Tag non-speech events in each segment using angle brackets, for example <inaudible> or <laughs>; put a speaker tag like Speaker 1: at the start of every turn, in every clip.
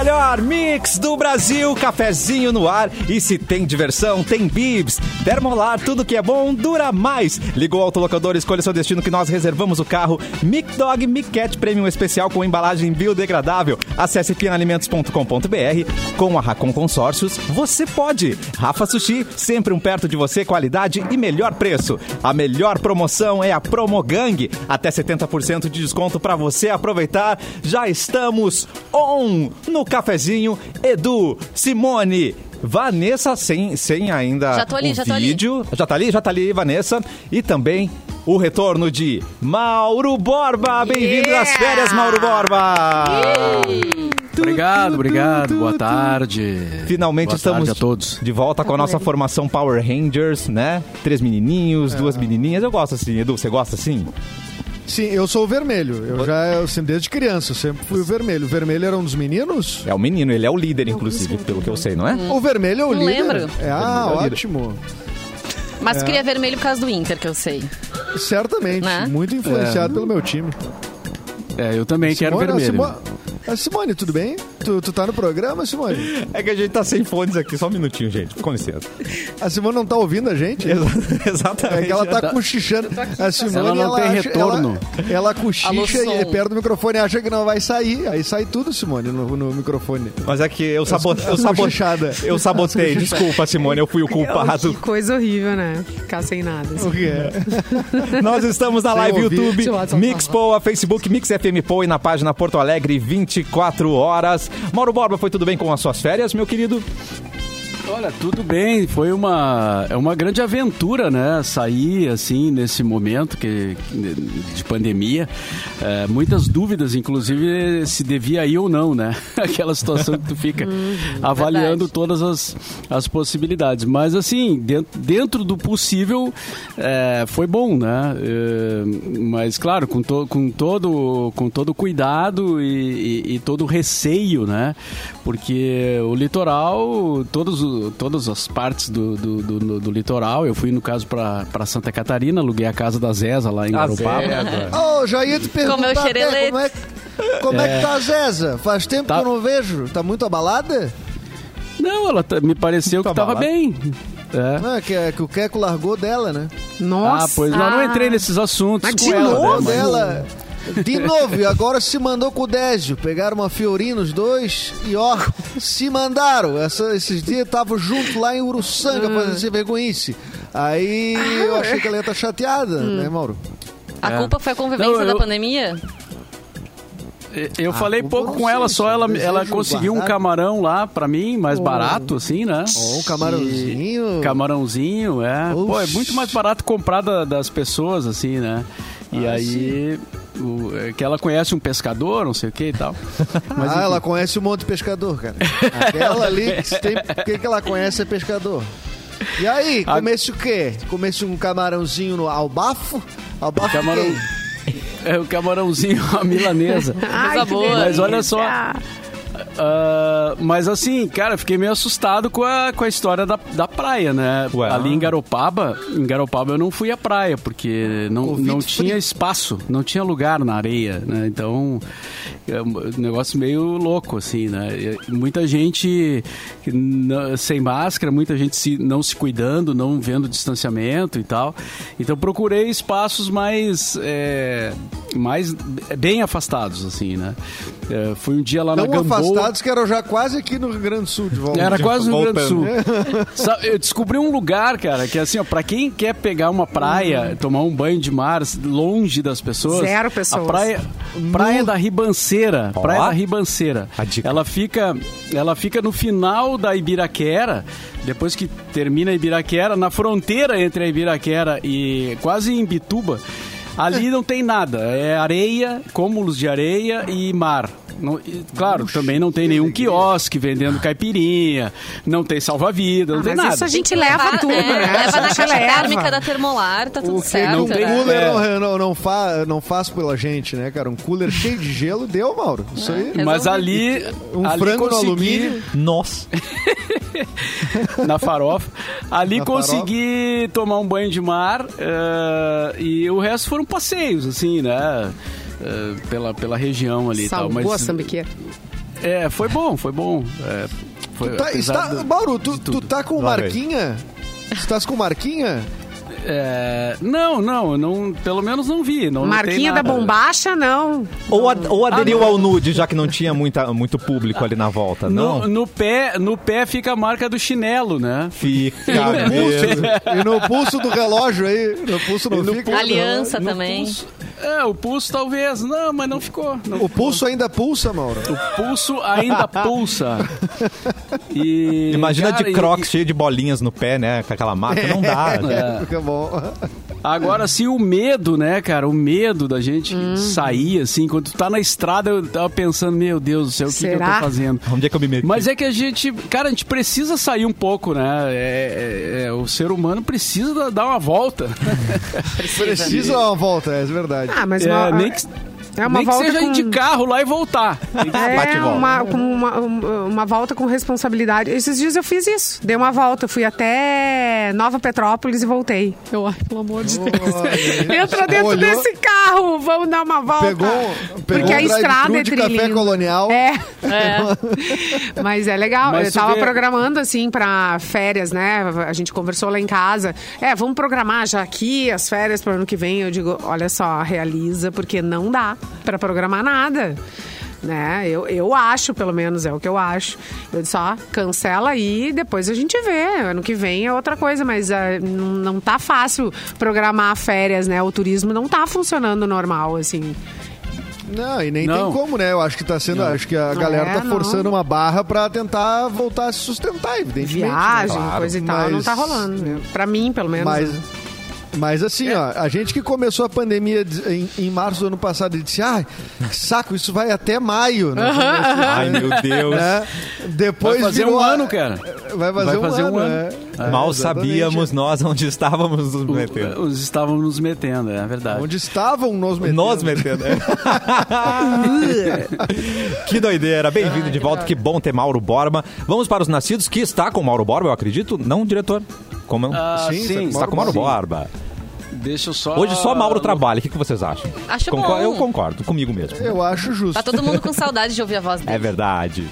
Speaker 1: melhor mix do Brasil, cafezinho no ar. E se tem diversão, tem bibs, termolar, tudo que é bom dura mais. Ligou o autolocador, escolha seu destino que nós reservamos o carro. Mic Dog Mic Cat Premium Especial com embalagem biodegradável. Acesse pianalimentos.com.br. Com a Racon Consórcios, você pode. Rafa Sushi, sempre um perto de você, qualidade e melhor preço. A melhor promoção é a Promogang. Até 70% de desconto para você aproveitar. Já estamos on no cafezinho. Edu, Simone, Vanessa, sem, sem ainda
Speaker 2: Já tô ali,
Speaker 1: o
Speaker 2: já tô ali.
Speaker 1: vídeo. Já tá ali, já tá ali, Vanessa. E também o retorno de Mauro Borba. Bem-vindo
Speaker 2: Yeah!
Speaker 1: às férias, Mauro Borba.
Speaker 3: Obrigado, obrigado. Boa tarde.
Speaker 1: Finalmente
Speaker 3: Boa
Speaker 1: estamos
Speaker 3: tarde a todos.
Speaker 1: de volta com a nossa formação Power Rangers, né? Três menininhos, duas menininhas. Eu gosto assim, Edu, você gosta assim?
Speaker 4: Sim, eu sou o vermelho. Eu já, eu, sempre- desde criança, eu sempre fui o vermelho. O vermelho era um dos meninos?
Speaker 1: É o menino, ele é o líder, inclusive, pelo que eu sei, não é?
Speaker 4: O vermelho é o
Speaker 2: Não
Speaker 4: líder?
Speaker 2: lembro.
Speaker 4: É, ah,
Speaker 1: O vermelho é o líder.
Speaker 4: ótimo.
Speaker 2: Mas queria vermelho por causa do Inter, que eu sei.
Speaker 4: Certamente.
Speaker 2: Né?
Speaker 4: Muito influenciado pelo meu time.
Speaker 3: É, eu também quero
Speaker 4: Simone,
Speaker 3: vermelho.
Speaker 4: a Simo- a Simone, tudo bem? Tu, tu tá no programa, Simone?
Speaker 1: É que a gente tá sem fones aqui, só um minutinho, gente. Com licença.
Speaker 3: É
Speaker 4: A Simone não tá ouvindo a gente? É
Speaker 1: <laughs> Exatamente.
Speaker 4: que ela tá
Speaker 3: Tá.
Speaker 4: cochichando. A Simone,
Speaker 3: Ela não tem
Speaker 4: acha-
Speaker 3: retorno.
Speaker 4: Ela, ela cochicha
Speaker 2: Alô,
Speaker 4: e
Speaker 2: som.
Speaker 4: perto do microfone acha que não vai sair. Aí sai tudo, Simone, no, no microfone.
Speaker 1: Mas é que eu, sabote, eu,
Speaker 4: as
Speaker 1: sabote-
Speaker 4: cochichadas.
Speaker 1: eu
Speaker 3: <laughs>
Speaker 1: sabotei. Desculpa, Simone, eu fui o
Speaker 5: Que
Speaker 1: culpado.
Speaker 5: coisa horrível, né? Ficar sem nada.
Speaker 3: Ah,
Speaker 5: assim.
Speaker 4: O que é?
Speaker 1: Nós estamos na live
Speaker 4: ouvir.
Speaker 1: YouTube,
Speaker 5: Seu WhatsApp.
Speaker 1: Mixpoa, Facebook, Mix FM Poa e na página Porto Alegre, 24 horas. Mauro Borba, foi tudo bem com as suas férias, meu querido?
Speaker 3: Olha, tudo bem. Foi uma, é uma grande aventura, né? Sair assim nesse momento que, de pandemia. É, muitas dúvidas, inclusive se devia ir ou não, né? <laughs> Aquela situação que tu fica avaliando
Speaker 2: verdade.
Speaker 3: todas as, as possibilidades. Mas assim, dentro, dentro do possível, é, foi bom, né? É, mas claro, com, to, com todo com todo cuidado e, e- e todo receio, né? Porque o litoral, todos, o- todas as partes do, do, do- do- do litoral, eu fui no caso para Santa Catarina, aluguei a casa da Zeza lá em Garopaba.
Speaker 4: Ô, já ia te perguntar
Speaker 2: Comeu
Speaker 4: até
Speaker 2: xerelete.
Speaker 4: como é, como é que tá a Zeza? Faz tempo
Speaker 3: Tá.
Speaker 4: que eu não vejo. Tá muito abalada?
Speaker 3: Não, ela tá- me pareceu
Speaker 1: Tá
Speaker 3: que estava
Speaker 1: balada.
Speaker 3: bem. É.
Speaker 4: Não, é que, é que o Queco largou dela, né?
Speaker 5: Nossa.
Speaker 3: Ah, pois não, não entrei nesses assuntos.
Speaker 5: Mas
Speaker 3: com
Speaker 5: de
Speaker 3: ela, né,
Speaker 5: novo?
Speaker 3: mas-
Speaker 4: Dela. De novo, e agora se mandou com o Désio. Pegaram uma Fiorina os dois e ó, se mandaram. Essa- esses dias estavam junto lá em Uruçanga fazendo esse vergonhice. Aí eu achei que ela ia estar chateada, né, Mauro?
Speaker 2: A
Speaker 3: É.
Speaker 2: culpa foi a convivência
Speaker 3: Não, eu-
Speaker 2: da pandemia?
Speaker 3: Eu falei
Speaker 4: Ah, com
Speaker 3: pouco com
Speaker 4: vocês,
Speaker 3: ela, só ela,
Speaker 4: desejo
Speaker 3: ela conseguiu um
Speaker 4: guardado.
Speaker 3: camarão lá pra mim, mais barato, assim, né?
Speaker 4: Ó, um camarãozinho.
Speaker 3: E- Camarãozinho, é.
Speaker 4: Oxi.
Speaker 3: Pô, é muito mais barato comprar da- das pessoas, assim, né? E
Speaker 4: Ah,
Speaker 3: aí. o- é que ela conhece um pescador, não sei o que e tal. <laughs> Mas,
Speaker 4: ah, ela conhece um monte de pescador, cara. Aquela ali, que se tem, o que, que ela conhece é pescador. E aí,
Speaker 3: A-
Speaker 4: comece o quê? Comece um camarãozinho no, ao bafo? Ao bafo
Speaker 3: Camarão-
Speaker 4: quem?
Speaker 3: É o camarãozinho, a milanesa.
Speaker 5: Ai, que
Speaker 2: boa.
Speaker 5: delícia.
Speaker 3: Mas olha só. Ah, mas assim, cara, eu fiquei meio assustado com a, com a história da, da praia, né?
Speaker 1: Ué.
Speaker 3: Ali em Garopaba, em Garopaba eu não fui à praia, porque não,
Speaker 4: Covid
Speaker 3: não
Speaker 4: free.
Speaker 3: tinha espaço, não tinha lugar na areia, né? Então, é um negócio meio louco, assim, né? E Muita gente n- sem máscara, muita gente se, não se cuidando, não vendo distanciamento e tal. Então procurei espaços mais, é, mais é, bem afastados, assim, né? É, fui um dia lá na
Speaker 4: Tão
Speaker 3: Gamboa.
Speaker 4: afastados que eram já quase aqui no Rio Grande do Sul de volta.
Speaker 3: Era quase no Rio Grande do Sul.
Speaker 1: Tipo, Voltando.
Speaker 3: Sabe, Eu descobri um lugar, cara, que assim, ó, pra quem quer pegar uma
Speaker 1: Hum.
Speaker 3: praia, tomar um banho de mar longe das pessoas.
Speaker 5: Zero pessoas.
Speaker 3: A praia, praia da Ribanceira.
Speaker 1: Ó.
Speaker 3: Praia da Ribanceira.
Speaker 1: A dica.
Speaker 3: Ela fica, ela fica no final da Ibiraquera, depois que termina a Ibiraquera, na fronteira entre a Ibiraquera e quase em Bituba. Ali não tem nada, é areia, cômulos de areia e mar. Não- e, claro, também não tem nenhum quiosque vendendo caipirinha, não tem salva-vida, não
Speaker 5: Ah,
Speaker 3: tem
Speaker 5: mas
Speaker 3: nada.
Speaker 5: isso a gente leva tudo,
Speaker 2: é,
Speaker 5: né? A
Speaker 2: Leva na
Speaker 5: gente
Speaker 2: caixa
Speaker 5: leva.
Speaker 2: térmica da termolar, tá tudo
Speaker 4: O que que
Speaker 2: certo.
Speaker 4: um
Speaker 3: tem-
Speaker 2: né?
Speaker 4: cooler
Speaker 3: É.
Speaker 4: não, não, não, fa, não faz pela gente, né, cara? Um cooler cheio de gelo deu, Mauro. Isso aí.
Speaker 3: Mas
Speaker 2: Resolvido.
Speaker 3: ali.
Speaker 4: Um
Speaker 3: ali
Speaker 4: frango no
Speaker 3: consegui-
Speaker 4: alumínio.
Speaker 1: Nós.
Speaker 3: <laughs> na farofa. Ali
Speaker 4: Na
Speaker 3: consegui tomar um banho de mar eh, e o resto foram passeios, assim, né? Eh, pela, pela região ali e tal.
Speaker 5: Salvou a
Speaker 3: Mas
Speaker 5: sambiqueira.
Speaker 3: É, foi bom, foi bom. É, foi,
Speaker 4: Tá,
Speaker 3: apesar
Speaker 4: está,
Speaker 3: do-
Speaker 4: Mauro, tu,
Speaker 3: de tudo.
Speaker 4: tu tá com
Speaker 1: Lá vem.
Speaker 4: marquinha? Tu tá com marquinha?
Speaker 3: É, não, não, não, pelo menos não vi. Não,
Speaker 5: Marquinha da
Speaker 3: bombada.
Speaker 5: bombacha, não.
Speaker 1: Ou, ad- ou aderiu
Speaker 3: não.
Speaker 1: ao nude, já que não tinha muita, muito público ali na volta, não?
Speaker 3: No, no pé, no pé fica a marca do chinelo, né?
Speaker 1: Fica mesmo.
Speaker 4: E no pulso do relógio aí? No pulso não
Speaker 3: no
Speaker 4: fica?
Speaker 3: pulso.
Speaker 2: Aliança
Speaker 3: No
Speaker 2: também.
Speaker 3: pulso- é, o pulso talvez. Não, mas não ficou. Não
Speaker 4: O pulso ainda pulsa, Mauro?
Speaker 3: O pulso <laughs> ainda pulsa. E,
Speaker 1: Imagina
Speaker 3: cara,
Speaker 1: de
Speaker 3: e-
Speaker 1: crocs cheio de bolinhas no pé, né? Com aquela marca, não dá. né?
Speaker 3: É.
Speaker 4: Fica bom.
Speaker 3: Agora, assim, o medo, né, cara? O medo da gente
Speaker 5: Hum.
Speaker 3: sair, assim, quando tu tá na estrada, eu tava pensando, meu Deus do céu, o que, que eu tô
Speaker 5: Será?
Speaker 3: fazendo?
Speaker 1: Onde é que eu me meti?
Speaker 3: Mas é que a gente, cara, a gente precisa sair um pouco, né? É- é- é, o ser humano precisa da- dar uma voltar
Speaker 4: Precisa dar uma volta, é verdade.
Speaker 5: Ah, mas
Speaker 3: É,
Speaker 5: uma,
Speaker 3: nem que,
Speaker 5: é uma
Speaker 3: nem que
Speaker 5: volta
Speaker 3: seja
Speaker 5: com...
Speaker 3: ir de Ah, carro lá e voltar. Tem que-
Speaker 1: Bate e
Speaker 5: É
Speaker 1: volta.
Speaker 5: uma, com uma, um- uma volta com responsabilidade. Esses dias eu fiz isso. Dei uma volta. Fui até Nova Petrópolis e voltei. Eu, ai, pelo amor de Deus. <laughs> Entra dentro
Speaker 4: Olhou.
Speaker 5: desse carro. Vamos dar uma volta.
Speaker 4: Pegou, pegou
Speaker 5: Porque
Speaker 4: um
Speaker 5: a
Speaker 4: drive-thru
Speaker 5: estrada é
Speaker 4: de café
Speaker 5: trilhinho.
Speaker 4: colonial.
Speaker 5: É. <laughs> Mas é legal.
Speaker 3: Mas
Speaker 5: eu
Speaker 3: tu
Speaker 5: tava
Speaker 3: vê-
Speaker 5: programando, assim, pra férias, né? A gente conversou lá em casa. É, vamos programar já aqui as férias pro ano que vem. Eu digo, olha só, realiza, porque não dá pra programar nada. Né? Eu, eu acho, pelo menos, é o que eu acho. Eu disse, ó, cancela aí, depois a gente vê. Ano que vem é outra coisa, mas ah, não não tá fácil programar férias, né? O turismo não tá funcionando normal, assim.
Speaker 4: Não, e nem
Speaker 3: Não.
Speaker 4: tem como, né? Eu acho que tá sendo. Acho que a galera
Speaker 5: É,
Speaker 4: tá
Speaker 5: não.
Speaker 4: forçando uma barra pra tentar voltar a se sustentar, evidentemente. né?
Speaker 5: viagem,
Speaker 1: Claro,
Speaker 5: coisa e tal, não
Speaker 4: mas-
Speaker 5: tá rolando. né? Pra mim, pelo menos. É.
Speaker 4: Mas,
Speaker 5: né?
Speaker 4: mas assim, ó, a gente que começou a pandemia de- em, em março do ano passado e disse, ai, que saco, isso vai até maio, né?
Speaker 1: Ai, meu Deus.
Speaker 4: Né? Depois
Speaker 3: Vai fazer
Speaker 4: virou
Speaker 3: um
Speaker 4: a-
Speaker 3: ano, cara.
Speaker 4: Vai fazer,
Speaker 3: Vai
Speaker 4: um,
Speaker 3: fazer
Speaker 4: ano,
Speaker 3: um ano.
Speaker 4: é.
Speaker 1: Mal
Speaker 4: É, exatamente.
Speaker 1: sabíamos nós onde estávamos nos metendo.
Speaker 3: Os estávamos nos metendo, é verdade.
Speaker 4: Onde estavam nós metendo.
Speaker 1: Nós metendo. é. que doideira. Bem-vindo de volta. Que bom ter Mauro Borba. Vamos para os nascidos que está com Mauro Borba, eu acredito. Não, diretor? Como não?
Speaker 3: Ah,
Speaker 4: Sim,
Speaker 1: está com Mauro Borba.
Speaker 3: Deixa eu só.
Speaker 1: Hoje só Mauro trabalha. O que que vocês acham?
Speaker 2: Acho bom.
Speaker 1: Eu concordo comigo mesmo.
Speaker 4: Eu acho justo.
Speaker 2: Tá todo mundo com saudade de ouvir a voz
Speaker 1: É
Speaker 2: dele.
Speaker 1: verdade.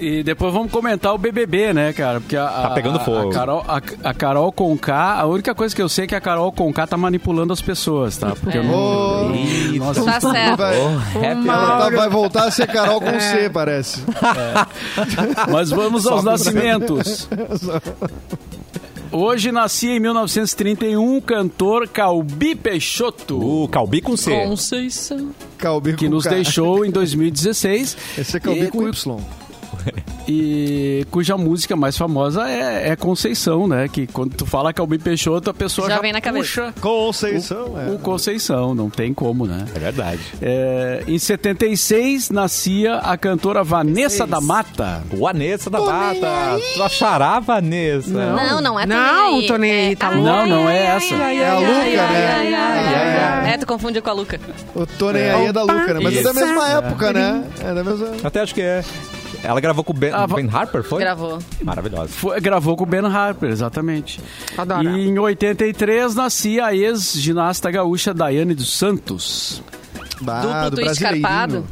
Speaker 3: E depois vamos comentar o BBB, né, cara? Porque a,
Speaker 1: Tá pegando
Speaker 3: a-
Speaker 1: fogo.
Speaker 3: A Carol, a, a Carol Conká, a única coisa que eu sei é que a Carol Conká tá manipulando as pessoas, tá? Porque eu não.
Speaker 4: Ô,
Speaker 3: Ih, nossa,
Speaker 2: Tá certo. É.
Speaker 4: vai,
Speaker 1: Happy
Speaker 4: ela tá-
Speaker 5: Mauro.
Speaker 4: vai voltar a ser Carol com C, parece.
Speaker 3: Mas vamos aos
Speaker 4: pra-
Speaker 3: nascimentos. Hoje nascia em 1931 o um cantor Calbi Peixoto.
Speaker 4: Uh,
Speaker 1: O Calbi com C.
Speaker 2: Conceição.
Speaker 4: Calbi
Speaker 3: Que
Speaker 4: com
Speaker 3: nos
Speaker 4: K.
Speaker 3: deixou em 2016.
Speaker 4: Esse é Calbi
Speaker 3: E
Speaker 4: com Y.
Speaker 3: e cuja música mais famosa é, é Conceição, né? Que quando tu fala Calbi Peixoto, a pessoa já,
Speaker 2: Já vem na
Speaker 3: puxa
Speaker 2: cabeça.
Speaker 4: Conceição, é.
Speaker 3: o Conceição, não tem como, né?
Speaker 1: É verdade.
Speaker 3: É, em 76 nascia a cantora Vanessa da Mata.
Speaker 1: O Anessa da Bata. Tu achará a Vanessa.
Speaker 2: Não, não é Tô
Speaker 5: Não,
Speaker 2: Nem Aí.
Speaker 5: Tô Nem Aí, tá
Speaker 2: Ai,
Speaker 5: louco.
Speaker 3: Não, não é
Speaker 2: ai,
Speaker 3: essa.
Speaker 2: ai,
Speaker 4: É a
Speaker 2: ai,
Speaker 4: Luca,
Speaker 2: ai,
Speaker 4: né?
Speaker 2: ai, ai,
Speaker 4: Ai,
Speaker 2: ai.
Speaker 4: ai.
Speaker 2: É, tu confundiu com a Luca.
Speaker 4: O Tô Nem Aí é da Luca, né? Mas é da
Speaker 5: Isso.
Speaker 4: mesma época, né? É da mesma
Speaker 1: Até acho que é. Ela gravou com o Ben,
Speaker 3: Ah, va-
Speaker 1: Ben Harper, foi?
Speaker 2: Gravou.
Speaker 1: Maravilhosa.
Speaker 3: Foi- gravou com o Ben Harper, exatamente.
Speaker 5: Adoro.
Speaker 3: E em 83 nascia a ex-ginasta gaúcha Daiane dos Santos.
Speaker 4: Bah,
Speaker 2: Duplo
Speaker 4: Ah, do
Speaker 2: twist
Speaker 4: brasileirinho.
Speaker 2: carpado.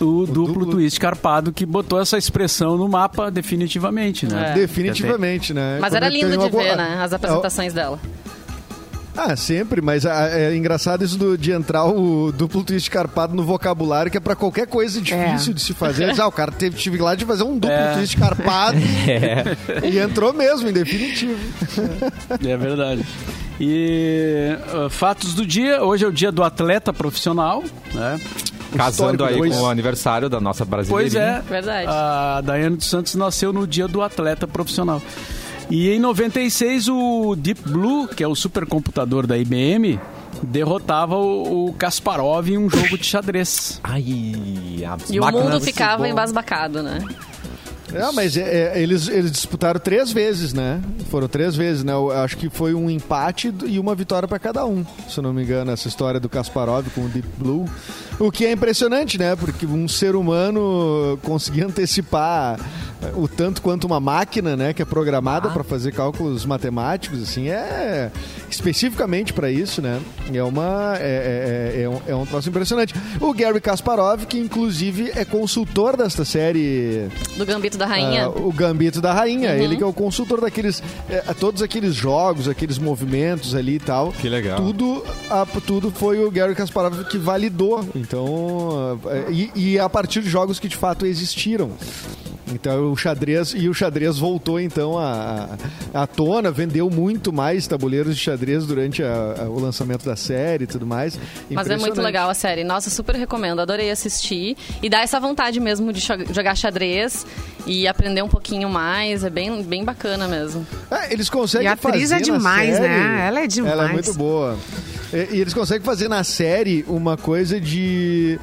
Speaker 3: O, duplo,
Speaker 4: duplo-
Speaker 3: twist carpado que botou essa expressão no mapa definitivamente, né?
Speaker 2: É.
Speaker 4: Definitivamente, né?
Speaker 2: Mas
Speaker 4: Quando
Speaker 2: era
Speaker 4: tem
Speaker 2: lindo
Speaker 4: uma
Speaker 2: de
Speaker 4: boa- É,
Speaker 2: ver, né? As apresentações dela.
Speaker 4: Ah, sempre, mas ah, é engraçado isso do- de entrar o duplo twist carpado no vocabulário, que é pra qualquer coisa difícil de se fazer. Ah, o cara teve, tive lá de fazer um duplo
Speaker 3: É.
Speaker 4: twist carpado
Speaker 1: É,
Speaker 2: <laughs>
Speaker 4: e entrou mesmo, em definitivo.
Speaker 3: É verdade. E ah, fatos do dia, hoje é o dia do atleta profissional, né?
Speaker 1: Casando aí
Speaker 4: pois-
Speaker 1: com o aniversário da nossa brasileira.
Speaker 3: Pois é.
Speaker 2: Verdade.
Speaker 3: A Daiane dos Santos nasceu no dia do atleta profissional. E em 96, o Deep Blue, que é o supercomputador da IBM, derrotava o, o Kasparov em um jogo de xadrez.
Speaker 1: Ai, a
Speaker 2: E o
Speaker 1: máquina-
Speaker 2: mundo ficava
Speaker 3: bom.
Speaker 2: embasbacado, né?
Speaker 4: É, mas é- é, eles, eles disputaram três vezes, né? Foram três vezes, né? Eu acho que foi um empate e uma vitória pra cada um, se eu não me engano, essa história do Kasparov com o Deep Blue. O que é impressionante, né? Porque um ser humano conseguir antecipar o tanto quanto uma máquina, né, que é programada para fazer cálculos matemáticos, assim, é especificamente para isso, né? É uma é, é- é- é um, é um troço impressionante. O Gary Kasparov, que inclusive é consultor desta série
Speaker 2: Do Gambito da Rainha. Uhum.
Speaker 4: ah, o Gambito da Rainha. Ele que é o consultor daqueles. eh, todos aqueles jogos, aqueles movimentos ali e tal.
Speaker 1: Que legal.
Speaker 4: Tudo, a- tudo foi o Gary Kasparov que validou. Então. ah, E, e a partir de jogos que de fato existiram. Então o xadrez e o xadrez voltou então à, à tona, vendeu muito mais tabuleiros de xadrez durante a- a- o lançamento da série e tudo
Speaker 2: Mas
Speaker 4: mais.
Speaker 2: é muito
Speaker 4: Impressionante.
Speaker 2: legal a série. Nossa, super recomendo. Adorei assistir. E dá essa vontade mesmo de cho- jogar xadrez e aprender um pouquinho mais. É bem, bem bacana mesmo.
Speaker 4: É, eles conseguem
Speaker 5: E a atriz
Speaker 4: fazer
Speaker 5: é demais,
Speaker 4: na série-
Speaker 5: né? Ela é demais.
Speaker 4: Ela é muito boa. E, e eles conseguem fazer na série uma coisa de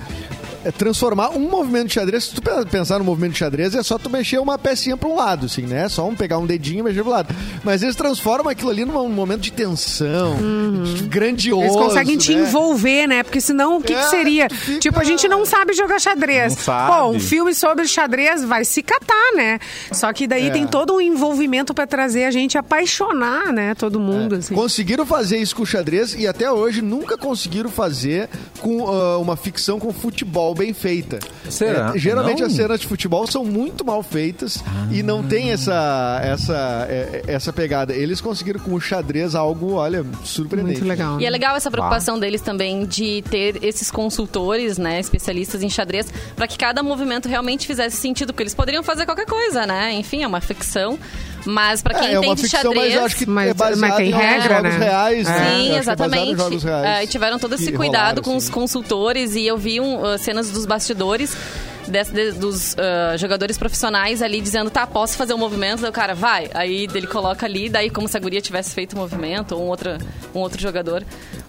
Speaker 4: é, transformar um movimento de xadrez. Se tu pe- pensar no movimento de xadrez, é só tu mexer uma pecinha para um lado, assim, né? Só um pegar um dedinho e mexer pro lado. Mas eles transformam aquilo ali num momento de tensão, de grandioso.
Speaker 5: Uhum. Eles conseguem te
Speaker 4: né?
Speaker 5: envolver, né? Porque senão o que, que
Speaker 4: É,
Speaker 5: seria?
Speaker 4: tu fica-
Speaker 5: Tipo, a gente não sabe jogar xadrez.
Speaker 1: Não sabe.
Speaker 5: Bom, um filme sobre xadrez vai se catar, né? Só que daí
Speaker 4: É.
Speaker 5: tem todo um envolvimento pra trazer a gente apaixonar, né? Todo
Speaker 4: É,
Speaker 5: mundo, assim.
Speaker 4: Conseguiram fazer isso com o xadrez e até hoje nunca conseguiram fazer com ah, uma ficção com futebol bem feita.
Speaker 1: Será?
Speaker 4: É, geralmente
Speaker 1: Não?
Speaker 4: as cenas de futebol são muito mal feitas e
Speaker 2: Ah.
Speaker 4: não tem essa, essa, é, é, essa pegada. Eles conseguiram com o xadrez algo, olha, surpreendente.
Speaker 5: Muito legal.
Speaker 2: E é
Speaker 5: né?
Speaker 2: legal essa preocupação deles também de ter esses consultores, né, especialistas em xadrez, para que cada movimento realmente fizesse sentido, porque eles poderiam fazer qualquer coisa, né? Enfim, é uma ficção, mas para quem
Speaker 4: é, é uma
Speaker 2: entende
Speaker 4: ficção,
Speaker 2: xadrez,
Speaker 4: mas eu acho que
Speaker 5: Mas-
Speaker 4: é baseado
Speaker 5: mas tem
Speaker 4: em alguns
Speaker 5: regra,
Speaker 4: jogos
Speaker 5: né?
Speaker 4: reais.
Speaker 2: Sim,
Speaker 4: né? Eu acho que é baseado em
Speaker 2: exatamente.
Speaker 4: jogos
Speaker 2: É,
Speaker 4: reais
Speaker 2: e tiveram todo esse
Speaker 4: que
Speaker 2: cuidado
Speaker 4: rolaram,
Speaker 2: com os
Speaker 4: assim.
Speaker 2: consultores e eu vi um, uh, cenas dos bastidores des- de- dos uh, jogadores profissionais ali dizendo, tá, posso fazer um movimento? Daí o cara, vai. Aí ele coloca ali, daí como se a guria tivesse feito o movimento ou um outro, um outro jogador.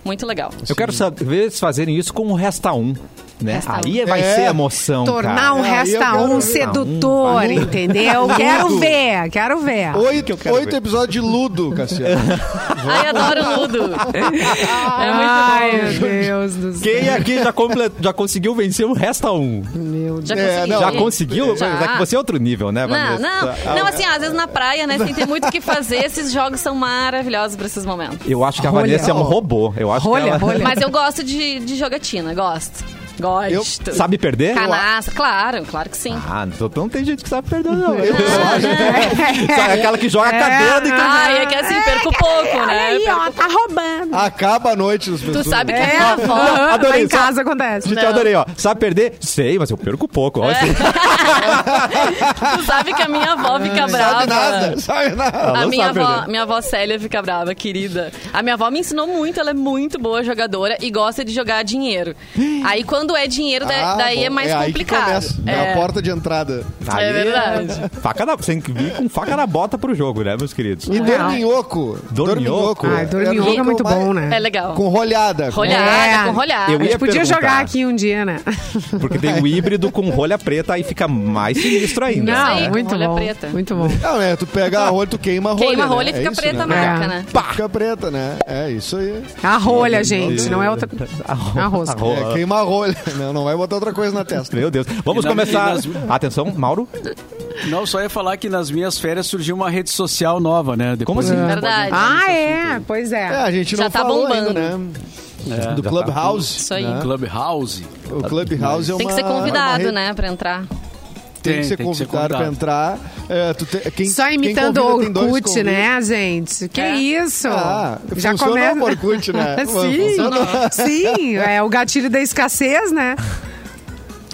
Speaker 2: Muito legal.
Speaker 1: Eu quero saber se fazerem isso com o Resta 1. Né?
Speaker 2: Resta
Speaker 1: Aí
Speaker 4: Um.
Speaker 1: vai
Speaker 4: É.
Speaker 1: ser emoção.
Speaker 5: Tornar
Speaker 1: cara.
Speaker 5: um
Speaker 4: É, aí eu
Speaker 5: resta
Speaker 4: quero
Speaker 5: um
Speaker 4: ver.
Speaker 5: sedutor,
Speaker 1: Não, um-
Speaker 5: entendeu? quero ver, quero ver.
Speaker 4: Oito,
Speaker 1: eu quero
Speaker 4: oito
Speaker 1: ver.
Speaker 4: episódios de Ludo, Cassiano.
Speaker 2: Ai, adoro Ludo.
Speaker 4: <laughs>
Speaker 2: É
Speaker 5: Ai, meu Deus do céu.
Speaker 1: Quem aqui já, comple- já conseguiu vencer um Resta 1?
Speaker 5: Meu Deus.
Speaker 2: Já
Speaker 4: É,
Speaker 2: consegui.
Speaker 4: não.
Speaker 1: Já
Speaker 4: Sim.
Speaker 1: conseguiu?
Speaker 2: Então, Já.
Speaker 1: Mas é que você é outro nível, né,
Speaker 2: Não,
Speaker 1: Vanessa?
Speaker 2: não. Não, assim, ó, às vezes na praia, né, sem ter muito o que fazer, esses jogos são maravilhosos pra esses momentos.
Speaker 1: Eu acho que a
Speaker 5: Rolha.
Speaker 1: Vanessa é um robô. Eu acho que
Speaker 5: Rolha,
Speaker 1: ela
Speaker 5: rolha.
Speaker 2: Mas eu gosto de, de jogatina, gosto. Gosto.
Speaker 1: <laughs> sabe perder?
Speaker 2: Canastra, claro, claro que sim.
Speaker 1: Ah, então não tem gente que sabe perder, não.
Speaker 4: Eu
Speaker 5: <laughs>
Speaker 4: só acho
Speaker 1: Sabe aquela que joga a cadeira e
Speaker 5: É.
Speaker 2: Ai, é que assim, perco pouco,
Speaker 5: Olha
Speaker 2: né?
Speaker 5: aí, ó, tá roubando.
Speaker 4: <laughs> Acaba a noite dos pessoas.
Speaker 2: Tu sabe que
Speaker 5: É,
Speaker 2: a avó.
Speaker 5: aham, lá
Speaker 1: adorei,
Speaker 5: em
Speaker 1: só-
Speaker 5: casa acontece.
Speaker 1: Gente, eu adorei, ó. Sabe perder? Sei, mas eu perco pouco.
Speaker 2: É,
Speaker 1: Ó, assim.
Speaker 2: Tu sabe que a minha avó fica brava.
Speaker 4: Sabe nada, <laughs> sabe nada.
Speaker 1: Ela
Speaker 2: A
Speaker 1: não
Speaker 2: minha
Speaker 1: sabe
Speaker 2: avó,
Speaker 1: perder.
Speaker 2: minha avó Célia fica brava, querida. A minha avó me ensinou muito, ela é muito boa jogadora e gosta de jogar dinheiro. Aí quando é dinheiro, da-
Speaker 4: Ah,
Speaker 2: daí é
Speaker 4: bom,
Speaker 2: mais
Speaker 4: aí que
Speaker 2: complicado.
Speaker 4: começa, É a
Speaker 2: É.
Speaker 4: porta de entrada.
Speaker 2: <laughs> É
Speaker 1: Aí,
Speaker 2: verdade.
Speaker 1: Faca na, tem que vir com faca na bota pro jogo, né, meus queridos?
Speaker 4: E
Speaker 5: Real.
Speaker 4: Dorminhoco.
Speaker 1: Dorminhoco.
Speaker 5: Ai, dorminhoco
Speaker 4: Era
Speaker 5: é
Speaker 4: o
Speaker 5: muito
Speaker 4: mais-
Speaker 5: bom, né?
Speaker 2: É legal.
Speaker 4: Com rolhada. com-
Speaker 2: Rolhada,
Speaker 5: É.
Speaker 2: com rolhada.
Speaker 1: Eu
Speaker 5: A
Speaker 1: ia
Speaker 5: gente podia
Speaker 1: perguntar.
Speaker 5: jogar aqui um dia, né?
Speaker 1: Porque tem o híbrido com rolha preta, aí fica mais sinistro ainda.
Speaker 2: Não. Sei, com
Speaker 5: muito
Speaker 2: rolha
Speaker 5: bom.
Speaker 2: preta.
Speaker 5: Muito bom.
Speaker 4: Não, é, tu pega a rolha, tu queima a rolha.
Speaker 2: Queima a rolha e
Speaker 4: né?
Speaker 2: fica
Speaker 4: É isso,
Speaker 2: preta a
Speaker 4: né?
Speaker 2: marca,
Speaker 5: É.
Speaker 2: né?
Speaker 4: Fica preta, né? É isso aí.
Speaker 5: A rolha, gente, não é outra. A rosca.
Speaker 1: Rola.
Speaker 4: É, queima a rolha. Não, não vai botar outra coisa na testa.
Speaker 1: Meu Deus. Vamos
Speaker 3: E na-
Speaker 1: começar.
Speaker 3: e nas-
Speaker 1: Atenção, Mauro.
Speaker 3: Não, só ia falar que nas minhas férias surgiu uma rede social nova, né? Depois
Speaker 1: Como assim?
Speaker 3: a gente pode
Speaker 2: Verdade.
Speaker 3: entrar nesse
Speaker 5: Ah,
Speaker 3: assunto.
Speaker 5: é, pois é.
Speaker 4: É, a gente
Speaker 2: Já
Speaker 4: não
Speaker 2: tá
Speaker 4: falou
Speaker 2: bombando.
Speaker 4: ainda, né?
Speaker 3: É,
Speaker 4: Do
Speaker 1: já
Speaker 5: tá
Speaker 4: Clubhouse.
Speaker 2: Isso aí.
Speaker 4: né?
Speaker 3: Clubhouse.
Speaker 4: O Clubhouse é uma...
Speaker 2: Tem que ser
Speaker 4: uma
Speaker 2: convidado,
Speaker 4: rede-
Speaker 2: né, pra entrar.
Speaker 4: Tem que ser
Speaker 3: Tem, tem que ser
Speaker 4: convidado pra
Speaker 3: convidado.
Speaker 4: entrar. É, tu te- quem,
Speaker 5: Só
Speaker 4: quem
Speaker 5: imitando o
Speaker 4: convida tem dois
Speaker 5: Orkut,
Speaker 4: convites.
Speaker 5: né, gente? Que
Speaker 2: É.
Speaker 5: isso?
Speaker 4: Ah, funcionou o Orkut,
Speaker 5: <laughs>
Speaker 4: né?
Speaker 5: Sim,
Speaker 4: Funcionou.
Speaker 5: sim, é o gatilho da escassez, né?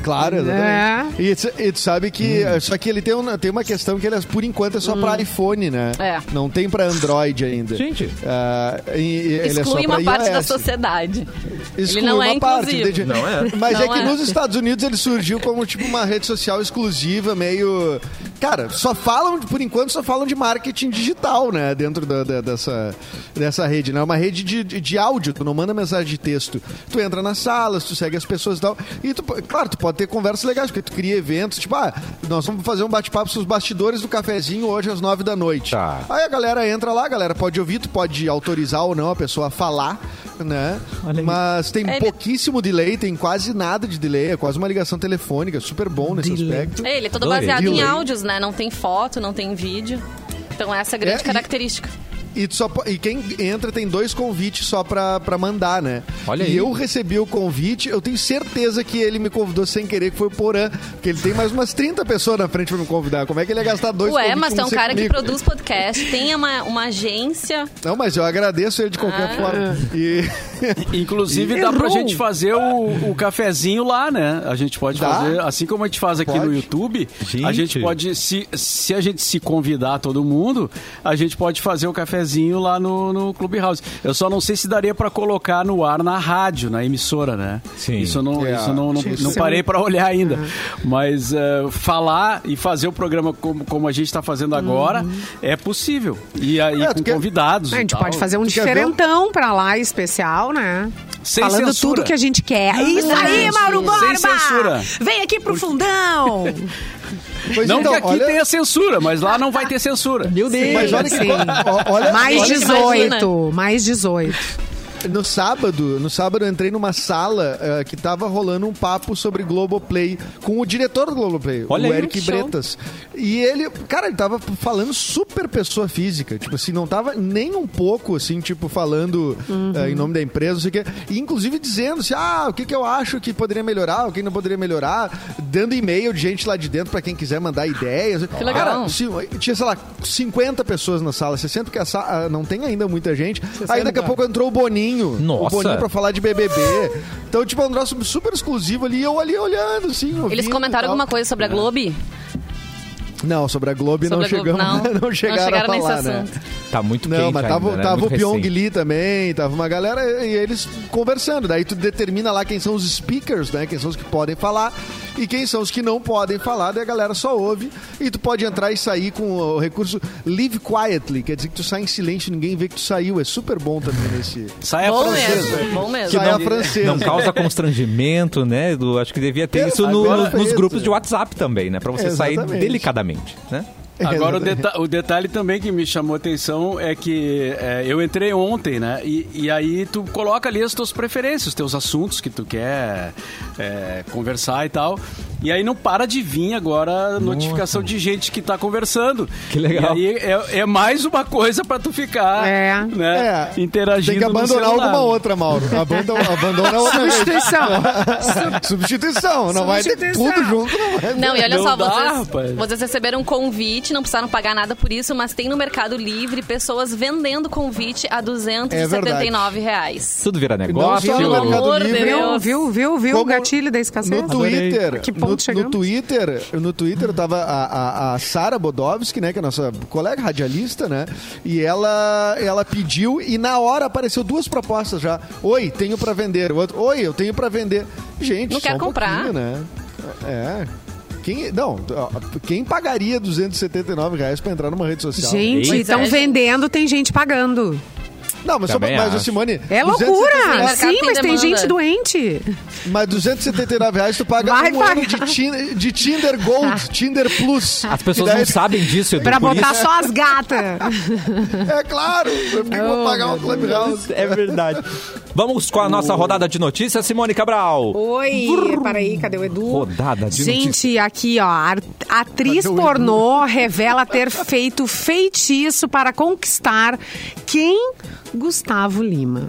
Speaker 4: Claro, exatamente. E, tu- e tu sabe que. Só que ele tem, um- tem uma questão que ele, é- por enquanto, é só pra iPhone, né?
Speaker 2: É.
Speaker 4: Não tem pra Android ainda.
Speaker 1: Gente.
Speaker 4: Ah, e- e ele é só
Speaker 2: Exclui
Speaker 4: pra
Speaker 2: uma parte da
Speaker 4: iOS.
Speaker 2: sociedade.
Speaker 4: Exclui
Speaker 2: não é
Speaker 4: uma parte,
Speaker 2: inclusivo.
Speaker 4: entende?
Speaker 1: Não é.
Speaker 4: Mas
Speaker 2: Não
Speaker 4: é que
Speaker 2: é.
Speaker 4: nos Estados Unidos ele surgiu como tipo uma rede social exclusiva, meio. Cara, só falam, por enquanto, só falam de marketing digital, né? Dentro da- da- dessa, dessa rede, né? É uma rede de, de, de áudio, tu não manda mensagem de texto. Tu entra nas salas, tu segue as pessoas e tal. E tu, po- claro, tu pode ter conversas legais, porque tu cria eventos, tipo, ah, nós vamos fazer um bate-papo sobre os bastidores do cafezinho hoje às nove da noite.
Speaker 1: Tá.
Speaker 4: Aí a galera entra lá, a galera pode ouvir, tu pode autorizar ou não a pessoa a falar. né?
Speaker 1: Olha aí.
Speaker 4: Mas tem
Speaker 2: Ele-
Speaker 4: pouquíssimo delay, tem quase nada de delay, é quase uma ligação telefônica, super bom nesse
Speaker 1: Delay.
Speaker 4: aspecto.
Speaker 2: É, Ele é todo
Speaker 1: Adorei.
Speaker 2: baseado em
Speaker 4: Delay.
Speaker 2: áudios, né? Não tem foto, não tem vídeo. Então essa é a grande
Speaker 4: É, e-
Speaker 2: característica.
Speaker 4: E, tu só, po- e quem entra tem dois convites só pra, pra mandar, né?
Speaker 1: Olha
Speaker 4: e
Speaker 1: aí.
Speaker 4: eu recebi o convite, eu tenho certeza que ele me convidou sem querer, que foi o Porã. Porque ele tem mais umas 30 pessoas na frente pra me convidar. Como é que ele ia gastar dois
Speaker 2: Ué,
Speaker 4: convites
Speaker 2: mas
Speaker 4: pra
Speaker 2: tem um
Speaker 4: ser
Speaker 2: cara que
Speaker 4: comigo?
Speaker 2: produz podcast, tem uma, uma agência.
Speaker 4: Não, mas eu agradeço ele de qualquer
Speaker 2: Ah.
Speaker 4: forma. E <laughs>
Speaker 3: Inclusive,
Speaker 5: E-
Speaker 3: dá pra
Speaker 5: Errou.
Speaker 3: gente fazer o, o cafezinho lá, né? A gente pode
Speaker 4: Dá?
Speaker 3: fazer, assim como a gente faz aqui no
Speaker 4: Pode.
Speaker 3: YouTube, a
Speaker 1: Gente.
Speaker 3: gente pode, se, se a gente se convidar todo mundo, a gente pode fazer o cafezinho lá no, no Clubhouse. Eu só não sei se daria pra colocar no ar na rádio, na emissora, né?
Speaker 1: Sim.
Speaker 3: Isso eu não,
Speaker 4: É,
Speaker 3: isso eu não, não,
Speaker 4: sim,
Speaker 3: não
Speaker 4: sim.
Speaker 5: um-
Speaker 3: parei pra olhar ainda.
Speaker 5: Uhum.
Speaker 3: Mas eh, falar e fazer o programa como, como a gente tá fazendo agora é possível. E aí
Speaker 4: É, tu
Speaker 3: com
Speaker 4: quer-
Speaker 3: convidados.
Speaker 5: Uhum. A
Speaker 3: e
Speaker 5: gente
Speaker 3: tal.
Speaker 5: pode fazer um
Speaker 4: Tu quer ver
Speaker 5: diferentão pra lá, especial, né?
Speaker 3: Sem
Speaker 5: Falando
Speaker 3: censura.
Speaker 5: tudo que a gente quer. Isso aí,
Speaker 3: censura.
Speaker 5: Mauro
Speaker 3: Sem
Speaker 5: Borba!
Speaker 3: censura.
Speaker 5: Vem aqui
Speaker 4: <laughs>
Speaker 5: pro fundão!
Speaker 4: Pois
Speaker 3: Não
Speaker 4: então,
Speaker 3: que aqui
Speaker 4: olha-
Speaker 3: tenha censura, mas lá não vai ter censura.
Speaker 1: Meu Deus.
Speaker 4: Mas olha que
Speaker 5: Sim.
Speaker 4: co- o- olha-
Speaker 5: mais
Speaker 2: olha que
Speaker 5: 18, mais 18.
Speaker 4: No sábado, no sábado eu entrei numa sala eh, que tava rolando um papo sobre Globoplay com o diretor do Globoplay,
Speaker 1: Olha
Speaker 4: o
Speaker 1: aí,
Speaker 4: Eric
Speaker 2: show.
Speaker 4: Bretas. E ele, cara, ele tava falando super pessoa física, tipo assim, não tava nem um pouco assim, tipo falando
Speaker 2: Uhum.
Speaker 4: eh, em nome da empresa, não sei o quê. E inclusive dizendo assim: "Ah, o que que eu acho que poderia melhorar, o que não poderia melhorar", dando e-mail de gente lá de dentro pra quem quiser mandar ideias.
Speaker 2: Que legal.
Speaker 4: Cara, se- tinha, sei lá, 50 pessoas na sala, 60 porque a sa- ah, não tem ainda muita gente. Aí
Speaker 2: é.
Speaker 4: daqui a pouco entrou o Boninho.
Speaker 1: Nossa.
Speaker 4: O Boninho pra falar de BBB. Então, tipo, é um negócio super exclusivo ali, eu ali olhando, assim.
Speaker 2: Eles
Speaker 4: ouvindo
Speaker 2: comentaram
Speaker 4: e tal.
Speaker 2: alguma coisa sobre a Globo?
Speaker 4: Não, sobre a Globo
Speaker 2: Sobre
Speaker 4: não,
Speaker 2: a Globo,
Speaker 4: chegamos, né?
Speaker 2: não.
Speaker 4: <laughs> não,
Speaker 2: Não
Speaker 4: chegaram
Speaker 2: chegaram
Speaker 4: a
Speaker 2: nesse
Speaker 4: falar, né?
Speaker 2: assunto.
Speaker 1: Tá muito
Speaker 4: Não,
Speaker 1: quente
Speaker 4: mas
Speaker 1: ainda,
Speaker 4: tava,
Speaker 1: né?
Speaker 4: tava
Speaker 1: Muito
Speaker 4: o Pyong
Speaker 1: recente.
Speaker 4: Lee também, tava uma galera e eles conversando. Daí tu determina lá quem são os speakers, né? Quem são os que podem falar e quem são os que não podem falar. Daí a galera só ouve e tu pode entrar e sair com o recurso Live Quietly, quer dizer que tu sai em silêncio, ninguém vê que tu saiu. É super bom também nesse...
Speaker 3: Sai a
Speaker 2: Bom
Speaker 3: francesa.
Speaker 1: é.
Speaker 2: mesmo, bom mesmo.
Speaker 4: Saia É francesa.
Speaker 1: Não causa constrangimento, né? Edu? acho que devia ter
Speaker 4: É,
Speaker 1: isso no-
Speaker 4: agora
Speaker 1: no- nos
Speaker 4: fez,
Speaker 1: grupos
Speaker 4: é.
Speaker 1: de WhatsApp também, né? Pra você sair
Speaker 4: Exatamente.
Speaker 1: delicadamente, né?
Speaker 3: Agora, o,
Speaker 4: Exatamente.
Speaker 3: deta- o detalhe também que me chamou a atenção é que é, eu entrei ontem, né? E, e aí tu coloca ali as tuas preferências, os teus assuntos que tu quer é, conversar e tal. E aí não para de vir agora a notificação de gente que tá conversando.
Speaker 1: Que legal.
Speaker 3: E aí é, é mais uma coisa pra tu ficar
Speaker 5: É.
Speaker 3: né,
Speaker 4: É.
Speaker 3: interagindo
Speaker 4: Tem que
Speaker 3: no
Speaker 4: abandonar
Speaker 3: celular.
Speaker 4: alguma outra, Mauro.
Speaker 3: <laughs>
Speaker 4: Abandona, abandona outra.
Speaker 5: Substituição.
Speaker 4: <laughs> Substituição. Não vai ter
Speaker 5: Substituição.
Speaker 4: tudo junto, não vai.
Speaker 2: Não, e olha
Speaker 3: Não
Speaker 2: só,
Speaker 3: dá,
Speaker 2: vocês,
Speaker 3: rapaz.
Speaker 2: vocês receberam um convite, não precisaram pagar nada por isso, mas tem no Mercado Livre pessoas vendendo convite a R$
Speaker 4: É
Speaker 2: 279 reais.
Speaker 1: Tudo vira
Speaker 4: só
Speaker 1: negócio.
Speaker 4: no
Speaker 2: pelo
Speaker 4: Mercado
Speaker 2: amor de
Speaker 4: Livre,
Speaker 2: Deus.
Speaker 5: Viu, viu, viu, viu o
Speaker 4: Como
Speaker 5: gatilho da escassez?
Speaker 4: No Twitter,
Speaker 5: Tá Que
Speaker 4: no,
Speaker 5: ponto chegamos?
Speaker 4: no Twitter, no Twitter tava a, a, a Sara Bodovski, né, que é a nossa colega radialista, né? E ela ela pediu e na hora apareceu duas propostas já. Oi, tenho pra vender. O outro, oi, eu tenho pra vender. Gente,
Speaker 2: Não
Speaker 4: só
Speaker 2: quer
Speaker 4: um
Speaker 2: comprar.
Speaker 4: pouquinho, né? É. Quem, não, ó, quem pagaria 279 reais pra entrar numa rede social?
Speaker 5: Gente,
Speaker 2: Pois
Speaker 5: estão
Speaker 2: é.
Speaker 5: vendendo, tem gente pagando.
Speaker 4: Não, mas, só,
Speaker 1: Também
Speaker 4: mas o
Speaker 1: acho.
Speaker 4: Simone.
Speaker 5: É
Speaker 4: 279
Speaker 5: loucura!
Speaker 2: mercado
Speaker 5: Sim,
Speaker 2: tem
Speaker 5: mas tem
Speaker 2: demanda.
Speaker 5: gente doente.
Speaker 4: Mas 279 reais tu paga
Speaker 5: Vai
Speaker 4: um ano
Speaker 5: pagar. Tá.
Speaker 4: de, Tin- de Tinder Gold, Tinder Plus.
Speaker 1: As pessoas
Speaker 4: E daí-
Speaker 1: não sabem disso, Edu,
Speaker 5: Pra
Speaker 1: por
Speaker 5: botar
Speaker 1: isso-
Speaker 5: só as gatas.
Speaker 4: É claro, eu que eu
Speaker 5: Oh,
Speaker 4: vou pagar um Clubhouse.
Speaker 1: É verdade. Vamos com a nossa rodada de notícias, Simone Cabral.
Speaker 5: Oi, peraí, cadê o Edu?
Speaker 1: Rodada de notícias.
Speaker 5: Gente, aqui, ó, a atriz pornô revela ter feito feitiço para conquistar quem? Gustavo Lima.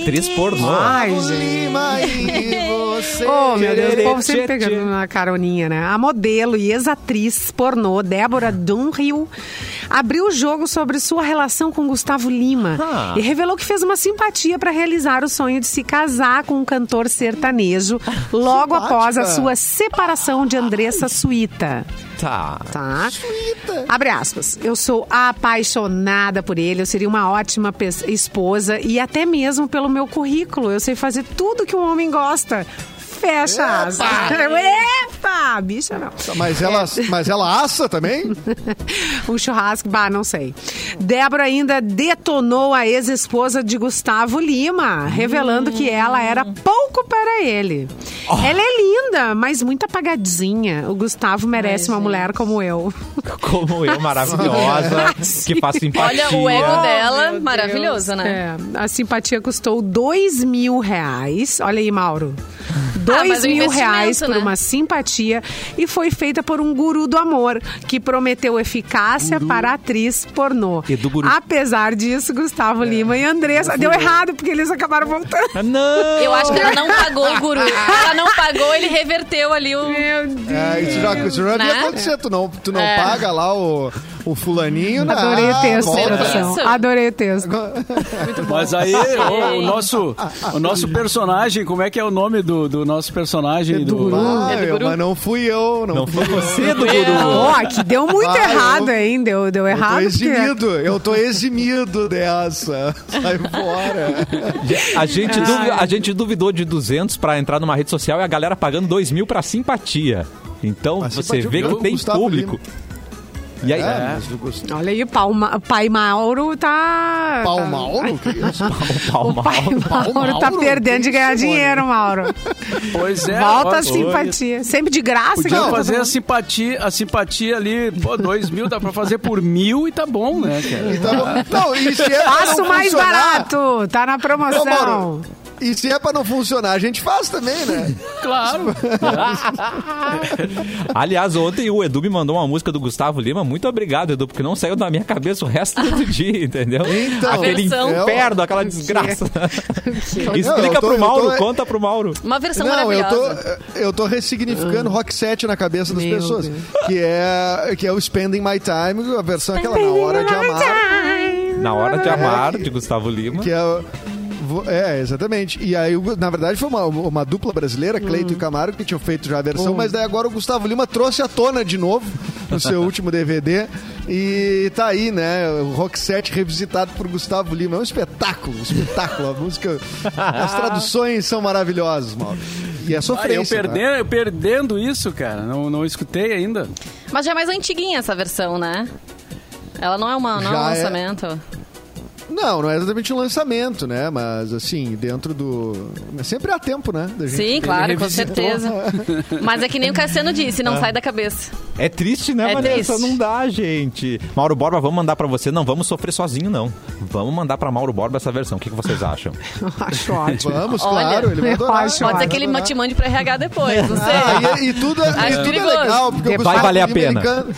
Speaker 1: Atriz pornô.
Speaker 5: Ai,
Speaker 4: Lima e você.
Speaker 5: <laughs> Oh, meu Deus, o povo sempre
Speaker 1: Tchê, tchê.
Speaker 5: pegando na caroninha, né? A modelo e ex-atriz pornô Débora Dunhill abriu o jogo sobre sua relação com Gustavo Lima
Speaker 1: Ah.
Speaker 5: e revelou que fez uma simpatia para realizar o sonho de se casar com um cantor sertanejo logo
Speaker 4: Simpática.
Speaker 5: após a sua separação de Andressa Suíta.
Speaker 1: Tá.
Speaker 5: Tá? Abre aspas. Eu sou apaixonada por ele, eu seria uma ótima pes- esposa e até mesmo pelo meu currículo. Eu sei fazer tudo que um homem gosta. fecha asa. <laughs> Epa! Bicha não.
Speaker 4: Mas ela, mas ela assa também?
Speaker 5: <laughs> Um churrasco, bah, não sei. Débora ainda detonou a ex-esposa de Gustavo Lima, revelando que ela era pouco para ele. Ela é linda, mas muito apagadinha. O Gustavo merece uma
Speaker 2: gente.
Speaker 5: mulher como eu.
Speaker 1: Como eu,
Speaker 2: <laughs>
Speaker 1: maravilhosa, que faço empatia.
Speaker 2: Olha o ego
Speaker 5: Ah, meu
Speaker 2: dela,
Speaker 5: Deus.
Speaker 2: maravilhoso, né?
Speaker 5: É, a simpatia custou dois mil reais. Olha aí, Mauro.
Speaker 2: <laughs>
Speaker 5: Dois
Speaker 2: mas é um
Speaker 5: mil
Speaker 2: investimento,
Speaker 5: reais por
Speaker 2: né?
Speaker 5: uma simpatia e foi feita por um guru do amor que prometeu eficácia para a atriz pornô.
Speaker 1: E do guru.
Speaker 5: Apesar disso, Gustavo Lima e Andressa deu errado porque eles
Speaker 1: <laughs>
Speaker 5: acabaram voltando.
Speaker 1: Não!
Speaker 2: Eu acho que ela
Speaker 5: <laughs>
Speaker 2: não pagou o guru. Ela não pagou, ele reverteu ali o.
Speaker 5: Meu Deus.
Speaker 4: É, isso já, isso já devia
Speaker 2: Né?
Speaker 4: acontecer. Tu não, tu não
Speaker 2: É.
Speaker 4: paga lá o, o fulaninho. né?
Speaker 5: Adorei o
Speaker 4: Ah,
Speaker 5: texto,
Speaker 4: volta.
Speaker 5: produção.
Speaker 2: Isso.
Speaker 5: Adorei o texto.
Speaker 3: Mas aí, o, o nosso, o nosso personagem, como é que é o nome do, do nosso personagem?
Speaker 5: Do guru.
Speaker 4: Ah,
Speaker 2: É do
Speaker 4: eu-
Speaker 2: guru.
Speaker 4: mas não fui eu. Não,
Speaker 1: Não
Speaker 4: fui
Speaker 1: foi
Speaker 4: eu.
Speaker 1: você do
Speaker 2: Eu.
Speaker 1: guru.
Speaker 5: Ó, que deu muito
Speaker 4: Vai,
Speaker 5: errado,
Speaker 4: eu-
Speaker 5: hein? Deu, deu
Speaker 4: Eu tô
Speaker 5: errado. porque-
Speaker 4: eximido, eu tô eximido dessa. Sai fora.
Speaker 1: A gente, duvi- a gente duvidou de 200 pra entrar numa rede social e a galera pagando 2 mil pra simpatia. Então
Speaker 4: A
Speaker 1: você
Speaker 4: simpatia
Speaker 1: vê
Speaker 4: do
Speaker 1: que tem
Speaker 4: Gustavo
Speaker 1: público. E aí,
Speaker 4: É, mas o Gustavo-
Speaker 5: Olha aí, o pau Ma- pai Mauro tá.
Speaker 4: Pau
Speaker 5: tá-
Speaker 4: Mauro? Que
Speaker 1: <laughs>
Speaker 4: isso?
Speaker 1: <laughs> o pau mal.
Speaker 5: Pai Mauro,
Speaker 4: Mauro,
Speaker 5: tá
Speaker 4: que
Speaker 5: perdendo de
Speaker 4: isso,
Speaker 5: ganhar
Speaker 4: Mauro?
Speaker 5: dinheiro, Mauro.
Speaker 3: Pois é.
Speaker 5: Volta
Speaker 3: ó,
Speaker 5: a simpatia. Sempre de graça.
Speaker 3: Podia
Speaker 5: ganha todo
Speaker 3: fazer assim, a
Speaker 5: mundo.
Speaker 3: simpatia, a simpatia ali, pô, dois mil, dá pra fazer por mil e tá bom, né, cara?
Speaker 4: Então, não, e se é pra
Speaker 5: Faço
Speaker 4: não
Speaker 5: mais
Speaker 4: funcionar-
Speaker 5: barato. Tá na
Speaker 4: Não,
Speaker 5: promoção.
Speaker 4: Mauro, e se é pra não funcionar, a gente faz também, né?
Speaker 5: <laughs>
Speaker 3: Claro.
Speaker 1: Aliás, ontem o Edu me mandou uma música do Gustavo Lima. Muito obrigado, Edu, porque não saiu da minha cabeça o resto do <laughs> dia, entendeu?
Speaker 4: Então,
Speaker 1: Aquele
Speaker 2: Aversão.
Speaker 1: inferno, aquela desgraça. é? <laughs>
Speaker 4: Não,
Speaker 1: Explica
Speaker 4: eu tô-
Speaker 1: pro
Speaker 4: eu
Speaker 1: Mauro,
Speaker 4: tô-
Speaker 1: conta pro Mauro.
Speaker 2: Uma versão
Speaker 5: Tá
Speaker 4: Não, eu tô,
Speaker 2: maravilhosa.
Speaker 4: eu tô ressignificando rock set na cabeça das
Speaker 5: Ah. Meu
Speaker 4: pessoas.
Speaker 5: Deus.
Speaker 4: Que é, que é o Spending My Time, a versão aquela na hora de amar.
Speaker 1: Na hora de amar, de Gustavo Lima.
Speaker 4: Que é, vo- é, exatamente. E aí, o- na verdade, foi uma, uma dupla brasileira, Cleito
Speaker 3: Hum.
Speaker 4: e Camargo, que tinham feito já a versão, mas daí agora o Gustavo Lima trouxe à tona de novo no
Speaker 3: <laughs>
Speaker 4: seu último DVD. E tá aí, né? O Rock Set revisitado por Gustavo Lima. É um espetáculo, um espetáculo. A música.
Speaker 3: <laughs>
Speaker 4: As traduções são maravilhosas, Mauro. E é
Speaker 3: Ah, eu,
Speaker 4: sofrência.
Speaker 3: perde,
Speaker 4: né?
Speaker 3: eu perdendo isso, cara. Não, não escutei ainda.
Speaker 2: Mas já é mais antiguinha essa versão, né? Ela não é, uma, não é um
Speaker 4: Já é.
Speaker 2: lançamento.
Speaker 4: Não, não é exatamente um lançamento, né? Mas assim, dentro do. Mas sempre há tempo, né? da gente-
Speaker 2: Sim, claro, com
Speaker 4: revisitou.
Speaker 2: certeza. Mas é que nem o Cassiano disse, não sai da cabeça.
Speaker 1: É triste, né,
Speaker 2: É
Speaker 1: Vanessa?
Speaker 2: triste.
Speaker 1: Não dá, gente. Mauro Borba, vamos mandar pra você. Não, vamos sofrer sozinho, não. Vamos mandar pra Mauro Borba essa versão. O que, que vocês
Speaker 4: <laughs>
Speaker 1: acham?
Speaker 5: <laughs> Acho ótimo.
Speaker 4: Vamos,
Speaker 2: Olha,
Speaker 4: claro, ele vai
Speaker 5: eu
Speaker 4: adorar.
Speaker 2: Pode
Speaker 5: acho
Speaker 2: ser
Speaker 5: vai
Speaker 2: É que ele te mande pra RH depois, não sei.
Speaker 4: Ah, e, e tudo, é- e
Speaker 2: Acho
Speaker 4: tudo é
Speaker 2: perigoso.
Speaker 4: legal, porque
Speaker 1: Vai
Speaker 4: o Gustavo
Speaker 1: valer a
Speaker 4: Lima, ele
Speaker 1: pena.
Speaker 4: canta-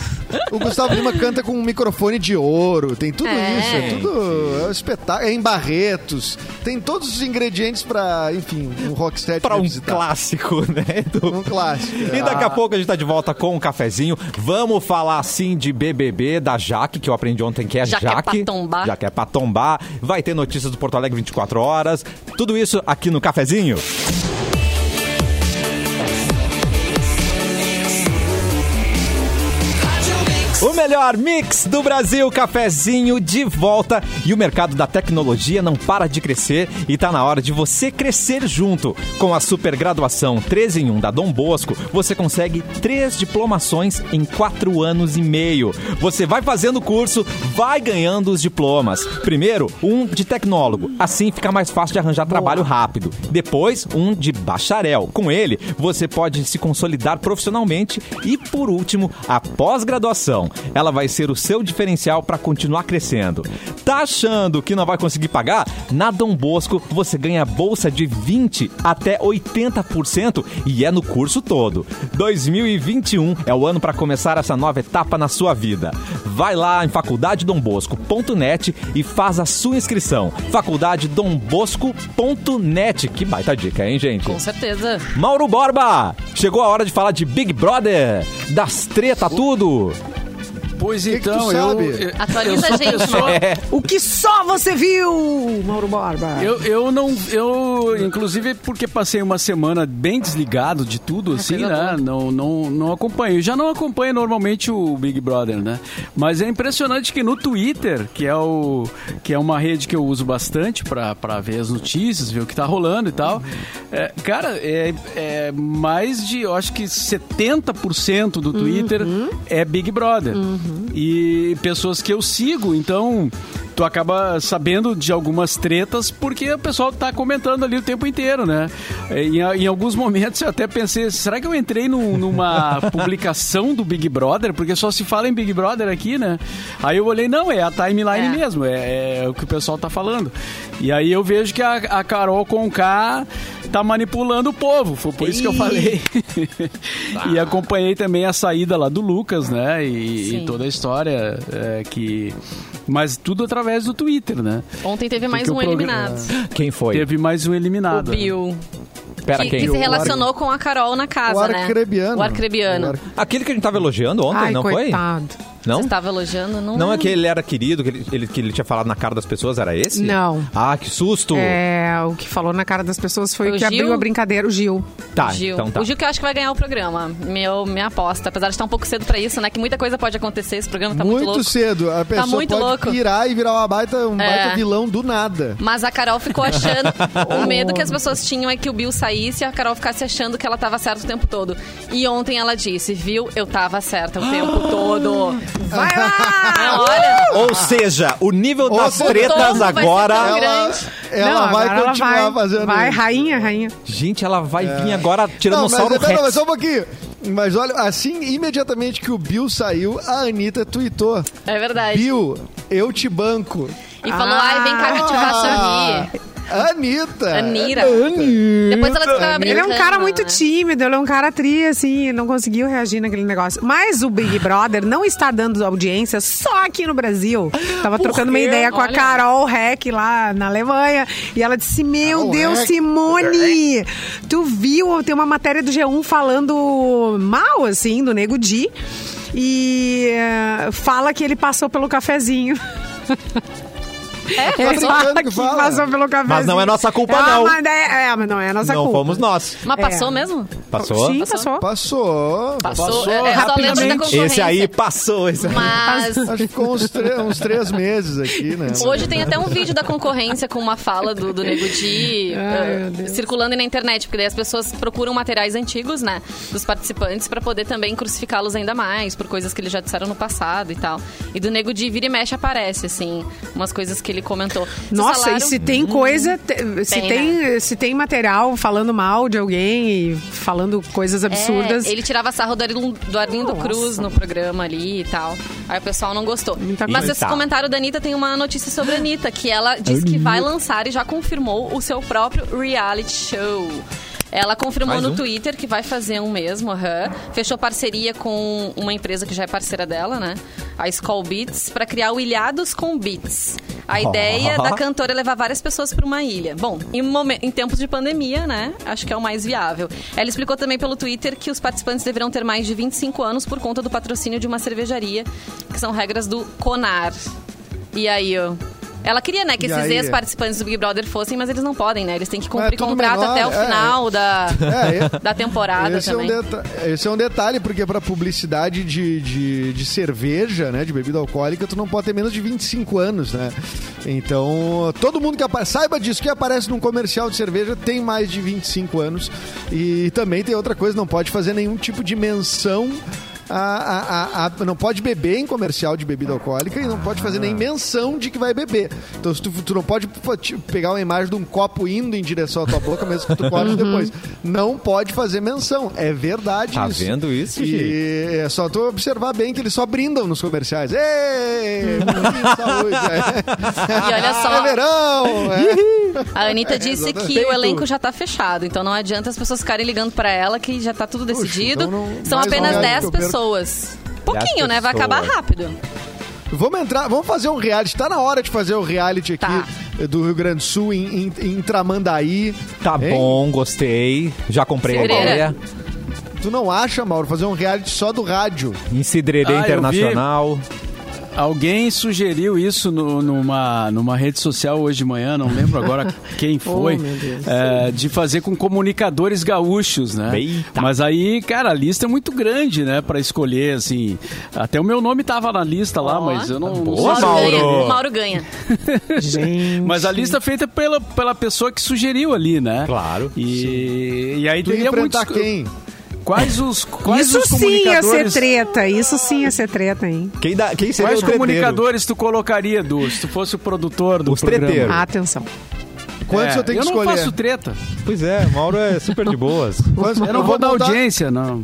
Speaker 4: o Gustavo Lima canta com um microfone de ouro, tem tudo
Speaker 2: É.
Speaker 4: isso, é tudo é um espetáculo, é em Barretos, tem todos os ingredientes pra, enfim, um rockset
Speaker 1: Pra um
Speaker 4: revisitar.
Speaker 1: clássico, né, Edu?
Speaker 4: Um clássico.
Speaker 1: E
Speaker 4: é.
Speaker 1: daqui
Speaker 2: Ah,
Speaker 1: a pouco a gente tá de volta com um cafezinho. Vamos falar sim de BBB da Jaque, que eu aprendi ontem que é
Speaker 2: Já
Speaker 1: Jaque.
Speaker 2: que é pra tombar.
Speaker 1: Já que é pra tombar. Vai ter notícias do Porto Alegre 24 horas. Tudo isso aqui no cafezinho. O melhor mix do Brasil, cafezinho de volta. E o mercado da tecnologia não para de crescer e tá na hora de você crescer junto. Com a supergraduação 3 em 1 da Dom Bosco, você consegue três diplomações em quatro anos e meio. Você vai fazendo o curso, vai ganhando os diplomas. Primeiro, um de tecnólogo. Assim fica mais fácil de arranjar trabalho rápido. Depois, um de bacharel. Com ele, você pode se consolidar profissionalmente e, por último, a pós-graduação. Ela vai ser o seu diferencial para continuar crescendo. Tá achando que não vai conseguir pagar? Na Dom Bosco, você ganha bolsa de 20 até 80% e é no curso todo. 2021 é o ano para começar essa nova etapa na sua vida. Vai lá em faculdadedombosco.net e faz a sua inscrição. faculdadedombosco.net. Que baita dica, hein, gente?
Speaker 2: Com certeza.
Speaker 1: Mauro Borba, chegou a hora de falar de Big Brother, das treta tudo.
Speaker 3: Pois
Speaker 4: que que tu
Speaker 3: então, eu,
Speaker 4: sabe?
Speaker 3: eu.
Speaker 2: Atualiza
Speaker 3: eu
Speaker 2: a gente,
Speaker 3: pessoa-
Speaker 5: O que só você viu, Mauro Borba?
Speaker 3: Eu, eu não. Eu, inclusive, porque passei uma semana bem desligado de tudo, assim,
Speaker 2: coisa
Speaker 3: né?
Speaker 2: toda.
Speaker 3: Não, não, não acompanho. Eu já não acompanho normalmente o Big Brother, né? Mas é impressionante que no Twitter, que é, o, que é uma rede que eu uso bastante pra, pra ver as notícias, ver o que tá rolando e tal. é, cara, é, é mais de, eu acho que 70% do Twitter
Speaker 2: Uhum.
Speaker 3: é Big Brother. E pessoas que eu sigo, então tu acaba sabendo de algumas tretas porque o pessoal tá comentando ali o tempo inteiro, né? Em, em alguns momentos eu até pensei, será que eu entrei num-
Speaker 2: <laughs>
Speaker 3: numa publicação do Big Brother? Porque só se fala em Big Brother aqui, né? Aí eu olhei, não, é a timeline
Speaker 2: É.
Speaker 3: mesmo, é, é o que o pessoal tá falando. E aí eu vejo que a, a Carol Conká tá manipulando o povo, foi por isso que eu
Speaker 2: Ih.
Speaker 3: falei. <laughs> e acompanhei também a saída lá do Lucas, né? E, e
Speaker 2: Sim.
Speaker 3: toda a história é, que... Mas tudo através do Twitter, né?
Speaker 2: Ontem teve mais
Speaker 3: Porque o
Speaker 2: um
Speaker 3: programa-
Speaker 2: eliminado.
Speaker 1: Quem foi?
Speaker 3: Teve mais um
Speaker 2: O
Speaker 3: eliminado.
Speaker 2: Bill.
Speaker 1: Ah, Pera,
Speaker 2: que,
Speaker 1: quem?
Speaker 2: que se relacionou com a Carol na casa,
Speaker 4: O
Speaker 2: né?
Speaker 4: Arcrebiano.
Speaker 2: O Arcrebiano.
Speaker 4: O Ar-
Speaker 1: Aquele que a gente tava elogiando ontem,
Speaker 5: Ai,
Speaker 1: não
Speaker 5: coitado.
Speaker 1: foi? Não?
Speaker 2: Você estava elogiando? Não,
Speaker 1: Não é
Speaker 2: lembro.
Speaker 1: que ele era querido, que ele, ele- que ele tinha falado na cara das pessoas, era esse?
Speaker 5: Não.
Speaker 1: Ah, que susto!
Speaker 5: É, o que falou na cara das pessoas foi
Speaker 2: Foi
Speaker 5: o
Speaker 2: o
Speaker 5: que abriu
Speaker 2: Gil?
Speaker 5: a brincadeira, o Gil.
Speaker 1: Tá,
Speaker 2: Gil.
Speaker 1: então tá.
Speaker 2: O Gil que eu acho que vai ganhar o programa. Meu, minha aposta. Apesar de estar um pouco cedo pra isso, né? Que muita coisa pode acontecer. Esse programa tá muito,
Speaker 4: muito
Speaker 2: louco.
Speaker 4: cedo. A pessoa
Speaker 2: muito
Speaker 4: pode
Speaker 2: louco.
Speaker 4: pirar e virar uma baita, um
Speaker 2: É.
Speaker 4: baita vilão do nada.
Speaker 2: Mas a Carol ficou achando. o medo que as pessoas tinham é que o Bill saísse e a Carol ficasse achando que ela tava certa o tempo todo. E ontem ela disse, viu? Eu tava certa o tempo todo.
Speaker 5: Vai lá!
Speaker 2: Não, olha,
Speaker 1: Ou seja, o nível das
Speaker 4: seja,
Speaker 2: o tom
Speaker 1: tretas
Speaker 2: vai ser tão
Speaker 1: agora.
Speaker 2: grande.
Speaker 4: Ela, ela
Speaker 5: Não,
Speaker 4: vai
Speaker 5: agora ela
Speaker 4: continuar
Speaker 5: vai,
Speaker 4: fazendo
Speaker 5: Vai,
Speaker 4: isso.
Speaker 5: rainha, rainha.
Speaker 1: Gente, ela vai vir agora tirando
Speaker 4: É. Não,
Speaker 1: um
Speaker 4: mas,
Speaker 1: sauro
Speaker 4: não, mas
Speaker 1: rex.
Speaker 4: só um pouquinho. Mas olha, assim, imediatamente que o Bill saiu, a Anitta tweetou.
Speaker 2: é verdade.
Speaker 4: Bill, eu te banco.
Speaker 2: E falou, ai, vem cá que eu te faço rir.
Speaker 4: Ah, Anitta.
Speaker 2: Anira.
Speaker 4: Anitta.
Speaker 2: Depois ela ficava
Speaker 5: Ele é um
Speaker 2: brincando,
Speaker 5: cara muito
Speaker 2: né?
Speaker 5: tímido, ele é um cara tri, assim, não conseguiu reagir naquele negócio. Mas o Big Brother não está dando audiência só aqui no Brasil. Tava trocando uma ideia com a
Speaker 2: Olha.
Speaker 5: Carol Heck lá na Alemanha. E ela disse: Meu
Speaker 4: Carol
Speaker 5: Deus,
Speaker 4: Heck.
Speaker 5: Simone! Tu viu? Tem uma matéria do G1 falando mal, assim, do nego Di. E eh, fala que ele passou pelo cafezinho. É, ele
Speaker 4: brincando
Speaker 5: <laughs> fala
Speaker 4: que
Speaker 5: que
Speaker 4: fala.
Speaker 5: passou pelo cafezinho.
Speaker 1: Mas não é nossa culpa,
Speaker 5: Ah,
Speaker 1: não.
Speaker 5: mas é, é, mas não é nossa
Speaker 1: Não
Speaker 5: culpa.
Speaker 1: fomos nós.
Speaker 2: Mas
Speaker 5: É.
Speaker 2: passou mesmo?
Speaker 1: Passou?
Speaker 5: Sim,
Speaker 2: Passou.
Speaker 5: passou.
Speaker 4: Passou.
Speaker 2: Passou.
Speaker 3: Passou
Speaker 2: é, é só lendo da
Speaker 3: rapidamente.
Speaker 2: concorrência.
Speaker 1: Esse aí passou. Esse...
Speaker 2: Mas
Speaker 4: Acho que ficou uns, tre- uns três meses aqui, né?
Speaker 2: Hoje tem até um vídeo da concorrência com uma fala do, do Nego Di
Speaker 5: Ai,
Speaker 2: eh,
Speaker 5: meu Deus.
Speaker 2: circulando aí na internet, porque daí as pessoas procuram materiais antigos, né, dos participantes pra poder também crucificá-los ainda mais por coisas que eles já disseram no passado e tal. E do Nego Di vira e mexe aparece assim, umas coisas que ele comentou. Se o
Speaker 5: Nossa,
Speaker 2: salário-
Speaker 5: e se tem coisa, te- se,
Speaker 2: Uhum. Tem, né?
Speaker 5: tem, se tem material falando mal de alguém e falando coisas
Speaker 2: É,
Speaker 5: absurdas.
Speaker 2: ele tirava sarro do Arlindo, do Arlindo
Speaker 5: Nossa.
Speaker 2: Cruz no programa ali e tal. Aí o pessoal não gostou.
Speaker 5: Muita
Speaker 2: Mas
Speaker 1: coisa.
Speaker 2: esse comentário da Anitta tem uma notícia sobre a Anitta, que ela diz que vai lançar e já confirmou o seu próprio reality show. Ela confirmou
Speaker 1: Mais
Speaker 2: no
Speaker 1: um?
Speaker 2: Twitter que vai fazer um mesmo, aham. fechou parceria com uma empresa que já é parceira dela, né? A Skull Beats, pra criar o Ilhados com Beats.
Speaker 1: <laughs>
Speaker 2: A ideia da cantora é levar várias pessoas para uma ilha. Bom, em, um momen- em tempos de pandemia, né? Acho que é o mais viável. Ela explicou também pelo Twitter que os participantes deverão ter mais de 25 anos por conta do patrocínio de uma cervejaria, que são regras do CONAR. E aí, ó. Ela queria, né, que
Speaker 4: E
Speaker 2: esses
Speaker 4: aí?
Speaker 2: ex-participantes do Big Brother fossem, mas eles não podem, né? Eles têm que
Speaker 4: é
Speaker 2: cumprir
Speaker 4: tudo
Speaker 2: contrato
Speaker 4: menor,
Speaker 2: até o
Speaker 4: é.
Speaker 2: final da,
Speaker 4: <laughs> É, é.
Speaker 2: da temporada
Speaker 4: Esse é, um
Speaker 2: também.
Speaker 4: deta- esse é um detalhe, porque pra publicidade de, de, de cerveja, né? De bebida alcoólica, tu não pode ter menos de 25 anos, né? Então, todo mundo que apa- saiba disso, que aparece num comercial de cerveja tem mais de 25 anos. E também tem outra coisa, não pode fazer nenhum tipo de menção. a- a- a- a- não pode beber em comercial de bebida alcoólica e não pode fazer
Speaker 1: Ah.
Speaker 4: nem menção de que vai beber. Então, se tu, tu não pode pô, te- pegar uma imagem de um copo indo em direção à tua boca, mesmo
Speaker 1: <laughs>
Speaker 4: que tu
Speaker 1: Uhum.
Speaker 4: corte depois. Não pode fazer menção. É verdade
Speaker 1: Tá
Speaker 4: isso.
Speaker 1: vendo isso, gente?
Speaker 4: E é só tu observar bem que eles só brindam nos comerciais. Ei!
Speaker 1: Uhum.
Speaker 4: <laughs> saúde! É.
Speaker 2: E olha só.
Speaker 4: É verão! é.
Speaker 2: A Anitta disse que o
Speaker 4: Tem
Speaker 2: elenco
Speaker 4: tudo.
Speaker 2: já tá fechado, então não adianta as pessoas ficarem ligando pra ela que já tá tudo
Speaker 4: Puxa,
Speaker 2: decidido.
Speaker 4: então não-
Speaker 2: São
Speaker 4: mais
Speaker 2: apenas
Speaker 4: uma
Speaker 2: 10
Speaker 4: que eu perco.
Speaker 2: pessoas. Pouquinho, né? Vai
Speaker 1: pessoas.
Speaker 2: acabar rápido.
Speaker 4: Vamos entrar, vamos fazer um reality. Tá na hora de fazer o reality aqui
Speaker 2: Tá.
Speaker 4: do Rio Grande do Sul, em, em, em Tramandaí.
Speaker 1: Tá
Speaker 4: Hein?
Speaker 1: bom, gostei. Já comprei a
Speaker 2: Pedreira.
Speaker 1: ideia.
Speaker 4: Tu não acha, Mauro, fazer um reality só do rádio?
Speaker 1: Em Cidrerê
Speaker 3: Ah, eu vi.
Speaker 1: Internacional.
Speaker 3: Alguém sugeriu isso no- numa, numa rede social hoje de manhã, não lembro
Speaker 2: <laughs>
Speaker 3: agora
Speaker 2: Oh,
Speaker 3: quem foi,
Speaker 5: meu Deus.
Speaker 3: é, de fazer com comunicadores gaúchos, né?
Speaker 1: Eita.
Speaker 3: Mas aí, cara, a lista é muito grande, né, Pra escolher, assim. Até o meu nome tava na lista lá,
Speaker 2: Ó.
Speaker 3: mas eu não, não
Speaker 1: Boa,
Speaker 3: sei.
Speaker 1: Mauro.
Speaker 2: ganha. Mauro ganha. <laughs>
Speaker 5: Gente.
Speaker 3: Mas a lista é feita pela, pela pessoa que sugeriu ali, né?
Speaker 1: Claro.
Speaker 3: E, e aí
Speaker 4: Tu ia
Speaker 3: teria muitos...
Speaker 4: enfrentar quem?
Speaker 3: Quais os, quais
Speaker 5: isso
Speaker 3: os
Speaker 5: sim ia ser
Speaker 3: comunicadores...
Speaker 5: treta, isso sim ia ser treta, hein?
Speaker 1: Quem, dá, quem seria
Speaker 3: Quais
Speaker 1: o treteiro?
Speaker 3: comunicadores tu colocaria, Du, se tu fosse o produtor do
Speaker 1: Os
Speaker 3: programa?
Speaker 1: treteiros.
Speaker 5: Ah, atenção.
Speaker 4: Quantos
Speaker 3: É,
Speaker 4: eu tenho que
Speaker 3: Eu não
Speaker 4: escolher?
Speaker 3: faço treta.
Speaker 1: Pois é, Mauro é super de <laughs> boas.
Speaker 4: Quantos-
Speaker 3: Eu não vou
Speaker 4: vou
Speaker 3: dar
Speaker 4: montar-
Speaker 3: audiência, não.
Speaker 4: Vou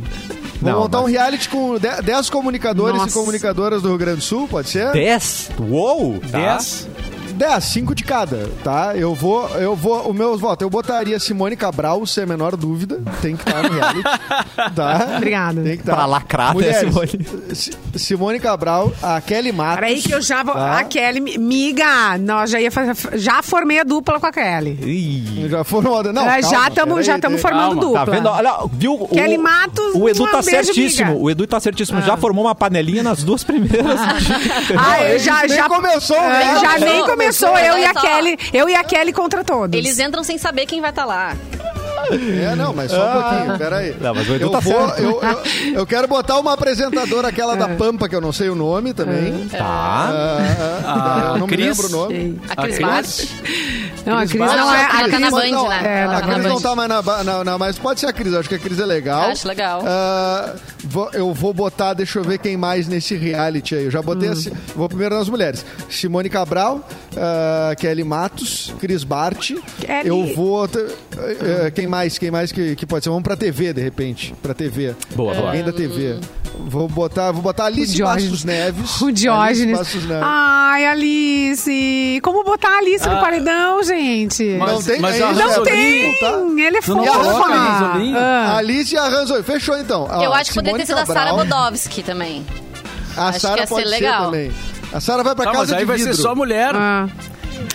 Speaker 1: Não,
Speaker 4: montar
Speaker 1: mas-
Speaker 4: um reality com de- 10 comunicadores
Speaker 5: Nossa.
Speaker 4: e comunicadoras do Rio Grande do Sul, pode ser?
Speaker 1: 10? Uou! Tá.
Speaker 3: 10?
Speaker 4: 10, 5 de cada, tá? Eu vou, eu vou, o meu voto, eu botaria Simone Cabral, sem a menor dúvida, tem que estar no reality, tá?
Speaker 5: Obrigada.
Speaker 4: Tem que estar.
Speaker 1: Pra lacrar, né,
Speaker 4: Mulheres,
Speaker 1: Simone?
Speaker 4: Si- Simone Cabral, a Kelly Matos.
Speaker 5: Peraí que eu já vou.
Speaker 4: Tá.
Speaker 5: A Kelly, mi- miga, nós já ia fazer, já formei a dupla com a Kelly.
Speaker 1: Ih,
Speaker 4: Já foram... Não,
Speaker 5: Ah, já
Speaker 4: calma,
Speaker 5: estamos
Speaker 4: peraí, né?
Speaker 5: já estamos
Speaker 4: peraí.
Speaker 5: formando
Speaker 3: Calma,
Speaker 5: dupla.
Speaker 1: Tá vendo? Olha, viu? O-
Speaker 5: Kelly Matos,
Speaker 1: o Edu
Speaker 5: um
Speaker 1: tá
Speaker 5: beijo,
Speaker 1: certíssimo.
Speaker 5: amiga.
Speaker 1: O Edu tá certíssimo. Já formou uma panelinha nas duas
Speaker 5: <laughs>
Speaker 1: primeiras.
Speaker 5: Ah, eu
Speaker 4: Eles
Speaker 5: já
Speaker 4: nem
Speaker 5: já
Speaker 4: começou,
Speaker 5: Ah,
Speaker 4: né?
Speaker 5: já
Speaker 2: Não,
Speaker 5: nem
Speaker 2: não,
Speaker 5: começou
Speaker 2: não,
Speaker 5: eu e a
Speaker 2: só-
Speaker 5: Kelly, eu e a Kelly contra todos.
Speaker 2: Eles entram sem saber quem vai estar lá.
Speaker 4: É, não, mas só um pouquinho, peraí.
Speaker 1: Ah. Não, mas o Edu
Speaker 4: eu,
Speaker 1: tá
Speaker 4: vou,
Speaker 1: certo. É.
Speaker 4: eu, eu- eu quero botar uma apresentadora, aquela da Pampa, que eu não sei o nome também.
Speaker 1: tá.
Speaker 4: Ah, eu não me
Speaker 3: Cris?
Speaker 4: lembro o nome.
Speaker 5: Ei.
Speaker 2: A
Speaker 3: A
Speaker 2: Cris
Speaker 3: Cris?
Speaker 2: Bart.
Speaker 5: Não, a Cris
Speaker 4: Mas
Speaker 5: não é,
Speaker 4: a
Speaker 5: a
Speaker 2: Cris
Speaker 5: Cris
Speaker 2: tá na
Speaker 4: pode-
Speaker 2: Band,
Speaker 4: não,
Speaker 2: né?
Speaker 5: É, ela
Speaker 4: a
Speaker 5: tá na
Speaker 4: Cris não
Speaker 5: Band.
Speaker 4: tá mais na, ba- na, na- Mas pode ser a Cris, acho que a Cris é legal.
Speaker 2: Acho legal.
Speaker 4: Ah, vou- eu vou botar, deixa eu ver quem mais nesse reality aí. Eu já
Speaker 5: Hum.
Speaker 4: botei assim. Vou primeiro nas mulheres. Simone Cabral, ah, Kelly Matos, Cris Bart.
Speaker 5: Kelly.
Speaker 4: Eu vou. ter- eh, eh, quem mais? Quem mais que, que pode ser? Vamos pra TV, de repente. Pra TV.
Speaker 1: Boa, boa.
Speaker 4: Alguém da TV. Vou botar, vou botar
Speaker 5: O
Speaker 4: Alice
Speaker 5: Diógenes.
Speaker 4: Bastos Neves.
Speaker 5: O
Speaker 4: Alice
Speaker 5: Diógenes. Ah,
Speaker 4: Bastos Neves.
Speaker 5: Ai, Alice. Como botar a Alice no paredão, gente?
Speaker 4: Não tem-
Speaker 3: mas a
Speaker 4: Não
Speaker 5: Não
Speaker 3: Ranzolin-
Speaker 5: tem!
Speaker 4: tá?
Speaker 5: Ele é
Speaker 3: Tu não
Speaker 5: fofa.
Speaker 4: coloca a
Speaker 3: Ranzolin?
Speaker 5: Ah.
Speaker 4: Alice e a Ranzoi. Fechou então. Ó,
Speaker 2: Eu acho que poderia
Speaker 4: Simone
Speaker 2: ter sido a Sara
Speaker 4: Cabral.
Speaker 2: Bodovski também.
Speaker 4: A
Speaker 2: Acho que
Speaker 4: Sara
Speaker 2: ia ser
Speaker 4: pode
Speaker 2: legal.
Speaker 4: também. A Sara vai pra
Speaker 3: Tá,
Speaker 4: casa
Speaker 3: mas aí
Speaker 4: de
Speaker 3: vai
Speaker 4: vidro.
Speaker 3: ser só mulher.
Speaker 5: Ah.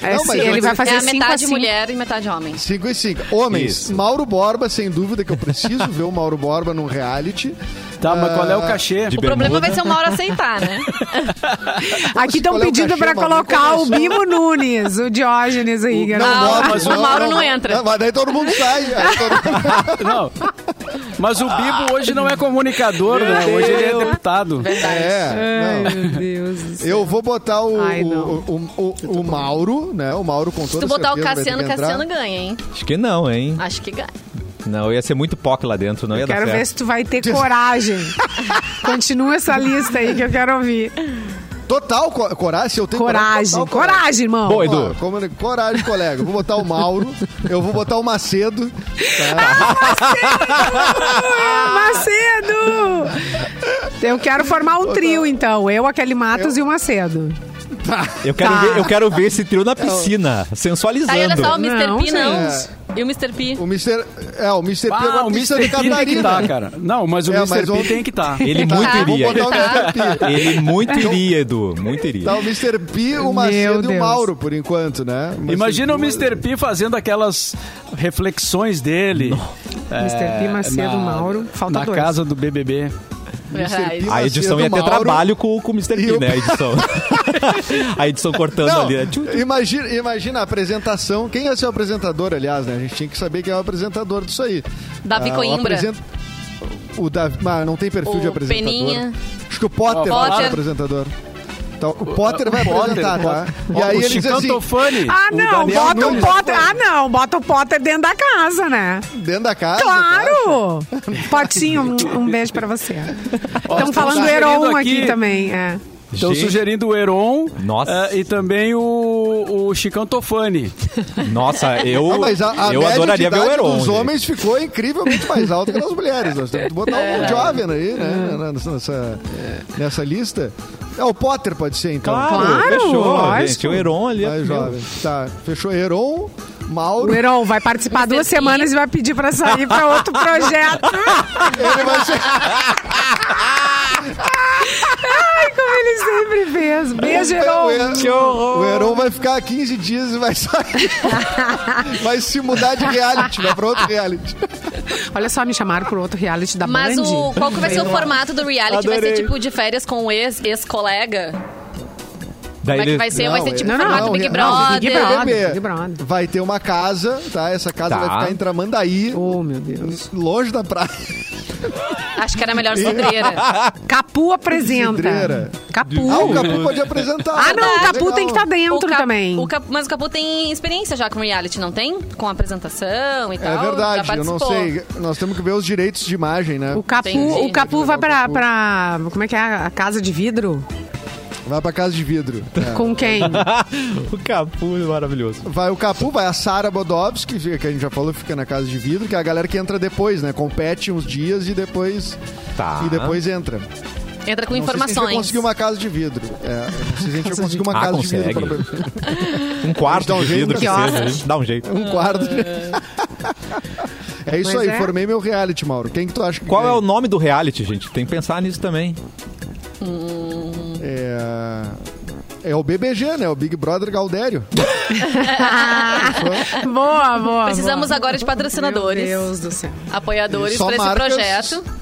Speaker 5: É,
Speaker 4: Não, mas
Speaker 5: sim,
Speaker 4: eu
Speaker 5: ele
Speaker 4: vou
Speaker 5: vai
Speaker 2: É
Speaker 5: fazer
Speaker 2: a
Speaker 5: cinco assim.
Speaker 2: metade
Speaker 5: a cinco.
Speaker 2: mulher e metade homem.
Speaker 4: 5 e 5. Homens,
Speaker 1: Isso.
Speaker 4: Mauro Borba, sem dúvida que eu preciso ver o Mauro Borba num reality.
Speaker 3: Tá, mas qual é
Speaker 4: Ah.
Speaker 3: o cachê?
Speaker 1: De
Speaker 2: O
Speaker 1: bermuda.
Speaker 2: problema vai ser o Mauro aceitar, né?
Speaker 5: Aqui estão
Speaker 4: Qual é o
Speaker 5: pedindo
Speaker 4: cachê,
Speaker 5: pra
Speaker 4: mano?
Speaker 5: colocar o
Speaker 4: Começou.
Speaker 5: Bimo Nunes, o Diógenes aí,
Speaker 2: Ah,
Speaker 5: galera.
Speaker 2: mas o Mauro não entra.
Speaker 4: mas daí todo mundo sai. Aí todo
Speaker 5: <laughs>
Speaker 4: mundo-
Speaker 3: <laughs> Não. Mas o Bibo hoje não é comunicador, né? Hoje ele é deputado.
Speaker 4: É,
Speaker 5: Ai,
Speaker 4: não. <laughs>
Speaker 5: meu Deus do céu.
Speaker 4: Eu vou botar o,
Speaker 5: Ai, não.
Speaker 4: o, o, o- o Mauro, né? O Mauro <laughs> com
Speaker 2: Se
Speaker 4: toda
Speaker 2: tu botar o
Speaker 4: certeza vai ter
Speaker 2: Cassiano,
Speaker 4: que entrar.
Speaker 2: Cassiano ganha, hein?
Speaker 1: Acho que não, hein?
Speaker 2: Acho que ganha.
Speaker 1: Não, ia ser muito POC lá dentro, não ia dar
Speaker 5: Quero ver
Speaker 1: certo.
Speaker 5: se tu vai ter coragem. Continua essa lista aí que eu quero ouvir.
Speaker 4: Total co- coragem, se eu tenho
Speaker 5: Coragem,
Speaker 4: total
Speaker 5: coragem, irmão.
Speaker 1: Boa,
Speaker 4: Vamos
Speaker 1: Edu.
Speaker 4: lá, como- coragem, colega. Eu Vou botar o Mauro, eu vou botar o Macedo.
Speaker 5: <laughs> Macedo! Eu quero formar um trio, então. Eu, a Kelly Matos e o Macedo.
Speaker 1: Eu quero,
Speaker 5: Tá.
Speaker 1: ver, eu quero ver esse trio na piscina, sensualizando.
Speaker 2: Aí olha só, o Mr.
Speaker 5: Não,
Speaker 2: P não.
Speaker 4: gente.
Speaker 2: E o Mr. P?
Speaker 4: O Mr. É, o Mr. P
Speaker 3: Ah,
Speaker 4: agora
Speaker 3: o
Speaker 4: precisa
Speaker 3: Mr.
Speaker 4: de
Speaker 3: P tem que
Speaker 4: Catarina.
Speaker 3: estar, cara. Não, mas o
Speaker 4: É,
Speaker 3: Mr.
Speaker 4: mas
Speaker 3: P
Speaker 4: ontem-
Speaker 3: tem que
Speaker 4: <laughs>
Speaker 3: estar.
Speaker 1: Ele
Speaker 4: Tá,
Speaker 1: muito
Speaker 4: vou
Speaker 1: iria.
Speaker 4: botar o Mr. P.
Speaker 3: <laughs>
Speaker 1: Ele muito iria, Edu. Muito iria.
Speaker 4: Tá o Mr. P, o Macedo e
Speaker 5: Deus.
Speaker 4: o Mauro, por enquanto, né? O
Speaker 3: Imagina o Mr. P fazendo aquelas reflexões dele.
Speaker 5: Mr. P, Macedo, Mauro. Falta
Speaker 3: É, na
Speaker 5: dois.
Speaker 3: casa do BBB.
Speaker 2: Verdade.
Speaker 1: A edição ia ter
Speaker 4: Assim, Mauro.
Speaker 1: trabalho com, com o Mr. P,
Speaker 4: E o-
Speaker 1: né? A
Speaker 4: <laughs>
Speaker 1: edição. a edição cortando
Speaker 4: Não,
Speaker 1: ali. né? Tchum, tchum.
Speaker 4: imagina, imagina a apresentação. Quem ia ser o apresentador, aliás, né? A gente tinha que saber quem é o apresentador disso aí.
Speaker 2: Davi
Speaker 4: Ah, o
Speaker 2: Coimbra.
Speaker 4: apresen- O Davi, mas não tem perfil
Speaker 2: O
Speaker 4: de apresentador.
Speaker 2: Peninha.
Speaker 4: Acho que o Potter
Speaker 3: Ó,
Speaker 4: vai ser
Speaker 2: Potter.
Speaker 4: o apresentador. Então, o Potter vai
Speaker 3: Potter,
Speaker 4: apresentar, tá?
Speaker 3: Potter.
Speaker 4: E aí
Speaker 3: o
Speaker 4: ele diz
Speaker 3: Chicão
Speaker 4: assim,
Speaker 3: Tofani,
Speaker 5: Ah,
Speaker 3: o
Speaker 5: não,
Speaker 3: Daniel
Speaker 5: bota o
Speaker 3: Nunes.
Speaker 5: Potter. Ah, não, bota o Potter dentro da casa, né?
Speaker 4: dentro da casa. tá?
Speaker 5: Claro!
Speaker 3: <laughs>
Speaker 5: Potinho, um, um beijo pra você. Estão falando
Speaker 3: sugerindo
Speaker 5: Heron aqui,
Speaker 3: aqui-
Speaker 5: também. É.
Speaker 3: Estão
Speaker 1: Gente.
Speaker 3: sugerindo o Heron
Speaker 1: Nossa.
Speaker 3: eh, e também o, o Chicão Tofani.
Speaker 1: Nossa, eu,
Speaker 4: Ah, mas a, a
Speaker 1: eu
Speaker 4: média
Speaker 1: adoraria ver
Speaker 4: de
Speaker 1: o
Speaker 4: idade
Speaker 1: Heron.
Speaker 4: dos
Speaker 1: gente.
Speaker 4: homens ficou incrivelmente mais alta que das mulheres. Nós temos que botar
Speaker 2: É.
Speaker 4: um jovem aí, né? na- Nessa, nessa, nessa lista. É o Potter, pode ser, então.
Speaker 1: Claro,
Speaker 5: Claro,
Speaker 1: fechou,
Speaker 5: lógico.
Speaker 1: gente. O Heron ali.
Speaker 4: Mais
Speaker 1: meu.
Speaker 4: jovem. Tá, fechou. Heron, Mauro.
Speaker 5: O Heron vai participar duas
Speaker 2: P.
Speaker 5: semanas e vai pedir pra sair pra
Speaker 3: <laughs>
Speaker 5: outro projeto. <laughs>
Speaker 4: Ele vai ser.
Speaker 5: Ai, como Ele sempre fez. Beijo,
Speaker 4: O
Speaker 5: Heron.
Speaker 4: Heron-
Speaker 1: Que horror.
Speaker 4: O Heron vai ficar 15 dias e vai sair.
Speaker 5: <laughs>
Speaker 4: vai se mudar de reality, vai pra outro reality.
Speaker 5: Olha só, me chamaram pro outro reality da
Speaker 2: Mas
Speaker 5: Band.
Speaker 2: o, qual que vai ser o formato do reality? Vai
Speaker 1: Adorei.
Speaker 2: ser tipo de férias com um ex- ex-colega?
Speaker 1: Daí
Speaker 2: Como é que
Speaker 1: ele- <laughs>
Speaker 2: vai ser?
Speaker 4: Não,
Speaker 2: vai ser tipo
Speaker 5: não, não,
Speaker 2: formato
Speaker 5: não,
Speaker 2: Big
Speaker 5: não,
Speaker 2: Brother?
Speaker 5: Big Brother.
Speaker 4: Bebê,
Speaker 5: Big Brother.
Speaker 4: Vai ter uma casa, tá? Essa casa
Speaker 1: Tá.
Speaker 4: vai ficar em Tramandaí,
Speaker 5: Oh, meu Deus.
Speaker 4: longe da praia.
Speaker 2: Acho que era melhor né? cidreira.
Speaker 5: Capu apresenta.
Speaker 4: Cidreira.
Speaker 5: Capu.
Speaker 4: Ah,
Speaker 1: Uh.
Speaker 4: o Capu pode apresentar.
Speaker 5: Ah, não, o Capu
Speaker 4: Legal.
Speaker 5: tem que estar dentro
Speaker 2: O Cap-
Speaker 5: também.
Speaker 2: o Cap- mas o Capu tem experiência já com reality, não tem? Com apresentação e tal.
Speaker 4: É verdade,
Speaker 2: já
Speaker 4: eu não
Speaker 2: participou.
Speaker 4: sei. Nós temos que ver os direitos de imagem, né?
Speaker 5: O Capu,
Speaker 2: Entendi.
Speaker 5: o Capu
Speaker 4: Legal,
Speaker 5: vai pra,
Speaker 4: Capu.
Speaker 5: pra. Como é que é? A casa de vidro?
Speaker 4: Vai pra casa de vidro. É.
Speaker 5: Com quem?
Speaker 1: o Capu é maravilhoso.
Speaker 4: Vai o Capu, vai a Sara Bodovski, que que a gente já falou, fica na casa de vidro, que é a galera que entra depois, né? Compete uns dias e depois.
Speaker 1: Tá.
Speaker 4: E depois entra.
Speaker 2: Entra com
Speaker 4: Não sei se a gente vai
Speaker 2: informações.
Speaker 4: conseguir uma casa de vidro. É, eu não sei se a gente vai conseguir uma
Speaker 1: Ah,
Speaker 4: casa de
Speaker 1: consegue.
Speaker 4: vidro. pra-
Speaker 1: Um quarto
Speaker 4: Dá um
Speaker 1: de
Speaker 4: jeito,
Speaker 1: vidro que
Speaker 5: né?
Speaker 1: seja. a gente Dá um jeito.
Speaker 4: Um quarto. é isso
Speaker 5: Pois
Speaker 4: aí,
Speaker 5: é.
Speaker 4: formei meu reality, Mauro. Quem que tu acha que
Speaker 1: Qual é o
Speaker 4: ganha?
Speaker 1: nome do reality, gente? Tem que pensar nisso também.
Speaker 4: É... é o BBG, né? O Big Brother Galdério.
Speaker 5: boa, boa.
Speaker 2: Precisamos
Speaker 5: boa.
Speaker 2: agora de patrocinadores.
Speaker 5: Meu Deus do céu.
Speaker 2: Apoiadores
Speaker 4: Só
Speaker 2: para esse
Speaker 4: marcas.
Speaker 2: projeto.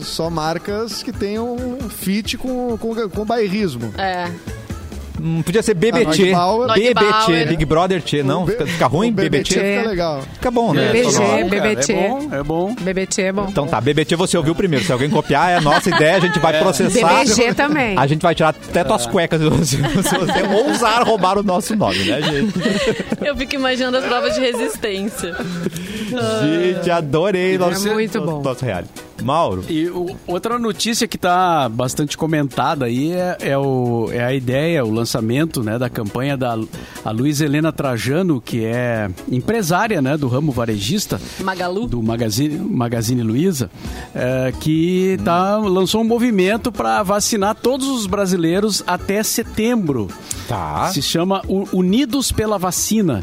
Speaker 4: Só marcas que tenham um fit com, com, com bairrismo.
Speaker 2: É.
Speaker 1: Hum, podia ser BBT.
Speaker 4: Ah, Neugbauer.
Speaker 1: BBT,
Speaker 2: Neugbauer.
Speaker 1: Big Brother T, não?
Speaker 4: O B-
Speaker 1: Fica, fica ruim?
Speaker 4: o BBT?
Speaker 1: BBT?
Speaker 4: Fica legal.
Speaker 1: Fica
Speaker 3: É,
Speaker 1: bom, né?
Speaker 5: BBG,
Speaker 1: Só nós.
Speaker 3: cara,
Speaker 5: BBT.
Speaker 3: É bom, é bom.
Speaker 5: BBT é bom.
Speaker 1: Então tá, BBT você ouviu primeiro. Se alguém copiar, é a nossa ideia, a gente vai processar.
Speaker 5: BBG também. É.
Speaker 1: A gente vai tirar até tuas cuecas <laughs> se você se você ousar roubar o nosso nome, né, gente?
Speaker 5: <laughs>
Speaker 2: Eu fico imaginando as provas de resistência.
Speaker 1: Gente, adorei. nosso,
Speaker 5: Ah. muito
Speaker 1: nosso-
Speaker 5: bom.
Speaker 1: Nosso reality. Mauro,
Speaker 3: E o- outra notícia que está bastante comentada aí é, é o, é a ideia, o lançamento né, da campanha da a Luiz Helena Trajano, que é empresária né, do ramo varejista.
Speaker 2: Magalu.
Speaker 3: Do Magazine, Magazine Luiza, é, que tá, lançou um movimento para vacinar todos os brasileiros até setembro.
Speaker 1: Tá.
Speaker 3: Se chama U- Unidos pela Vacina.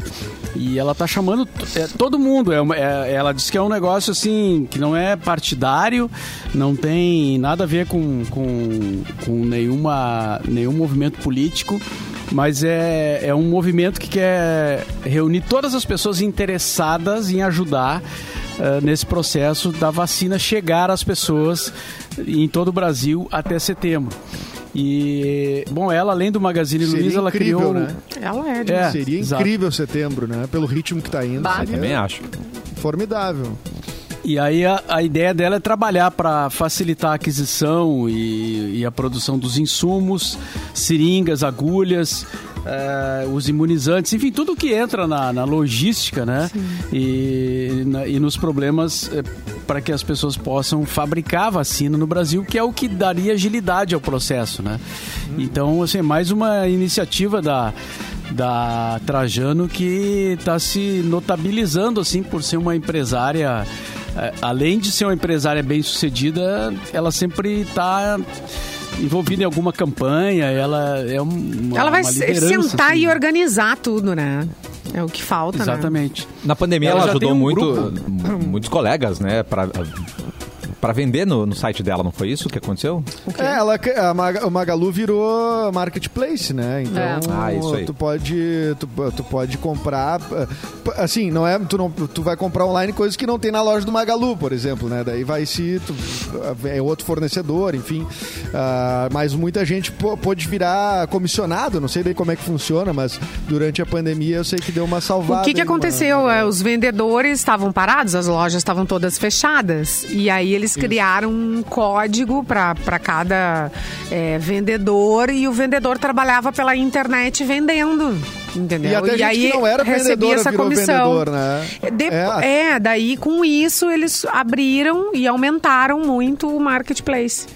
Speaker 3: E ela tá chamando t- é, todo mundo. É uma- é- ela diz que é um negócio assim que não é partidário, não tem nada a ver com, com, com nenhuma, nenhum movimento político. Mas é, é um movimento que quer reunir todas as pessoas interessadas em ajudar eh, nesse processo da vacina chegar às pessoas em todo o Brasil até setembro. E, bom, ela, além do Magazine
Speaker 4: Seria
Speaker 3: Luiza, ela
Speaker 4: incrível,
Speaker 3: criou. um
Speaker 4: né?
Speaker 5: Ela é.
Speaker 3: É,
Speaker 4: Seria
Speaker 3: exato.
Speaker 4: incrível setembro, né? Pelo ritmo que tá indo.
Speaker 2: Bah.
Speaker 4: seria
Speaker 1: também acho.
Speaker 4: Formidável.
Speaker 3: E aí a, a ideia dela é trabalhar para facilitar a aquisição e, e a produção dos insumos, seringas, agulhas, eh, os imunizantes, enfim, tudo que entra na, na logística, né? E, na- e nos problemas para que as pessoas possam fabricar a vacina no Brasil, que é o que daria agilidade ao processo, né? Então, assim, mais uma iniciativa da, da Trajano que está se notabilizando assim por ser uma empresária eh, além de ser uma empresária bem sucedida ela sempre está envolvida em alguma campanha ela é um- uma
Speaker 5: Ela vai
Speaker 3: uma
Speaker 5: se-
Speaker 3: liderança,
Speaker 5: sentar
Speaker 3: assim.
Speaker 5: e organizar tudo, né? É o que falta, né?
Speaker 3: exatamente
Speaker 1: Na pandemia ela,
Speaker 3: Ela já
Speaker 1: ajudou
Speaker 3: tem um
Speaker 1: muito,
Speaker 3: grupo.
Speaker 1: mu- <coughs> muitos colegas, né, pra... Pra vender no, no site dela, não foi isso que aconteceu?
Speaker 4: É, ela, a Maga- o Magalu virou marketplace, né? Então,
Speaker 2: É.
Speaker 1: Ah, isso aí.
Speaker 4: tu pode tu, tu pode comprar eh, p- assim, não é, tu não tu vai comprar online coisas que não tem na loja do Magalu, por exemplo, né? Daí vai se tu, é outro fornecedor, enfim. Ah, mas muita gente pô- pôde virar comissionado, não sei daí como é que funciona, mas durante a pandemia eu sei que deu uma salvada.
Speaker 5: O que, que
Speaker 4: aí, uma-
Speaker 5: aconteceu? É, Os vendedores estavam parados, as lojas estavam todas fechadas. E aí eles criaram um código para cada é, vendedor e o vendedor trabalhava pela internet vendendo. Entendeu?
Speaker 4: E até gente
Speaker 5: aí
Speaker 4: que não era
Speaker 5: recebia
Speaker 4: vendedora
Speaker 5: essa
Speaker 4: virou
Speaker 5: comissão.
Speaker 4: vendedor, né?
Speaker 5: Depo-
Speaker 4: É.
Speaker 5: é. daí com isso eles abriram e aumentaram muito o marketplace.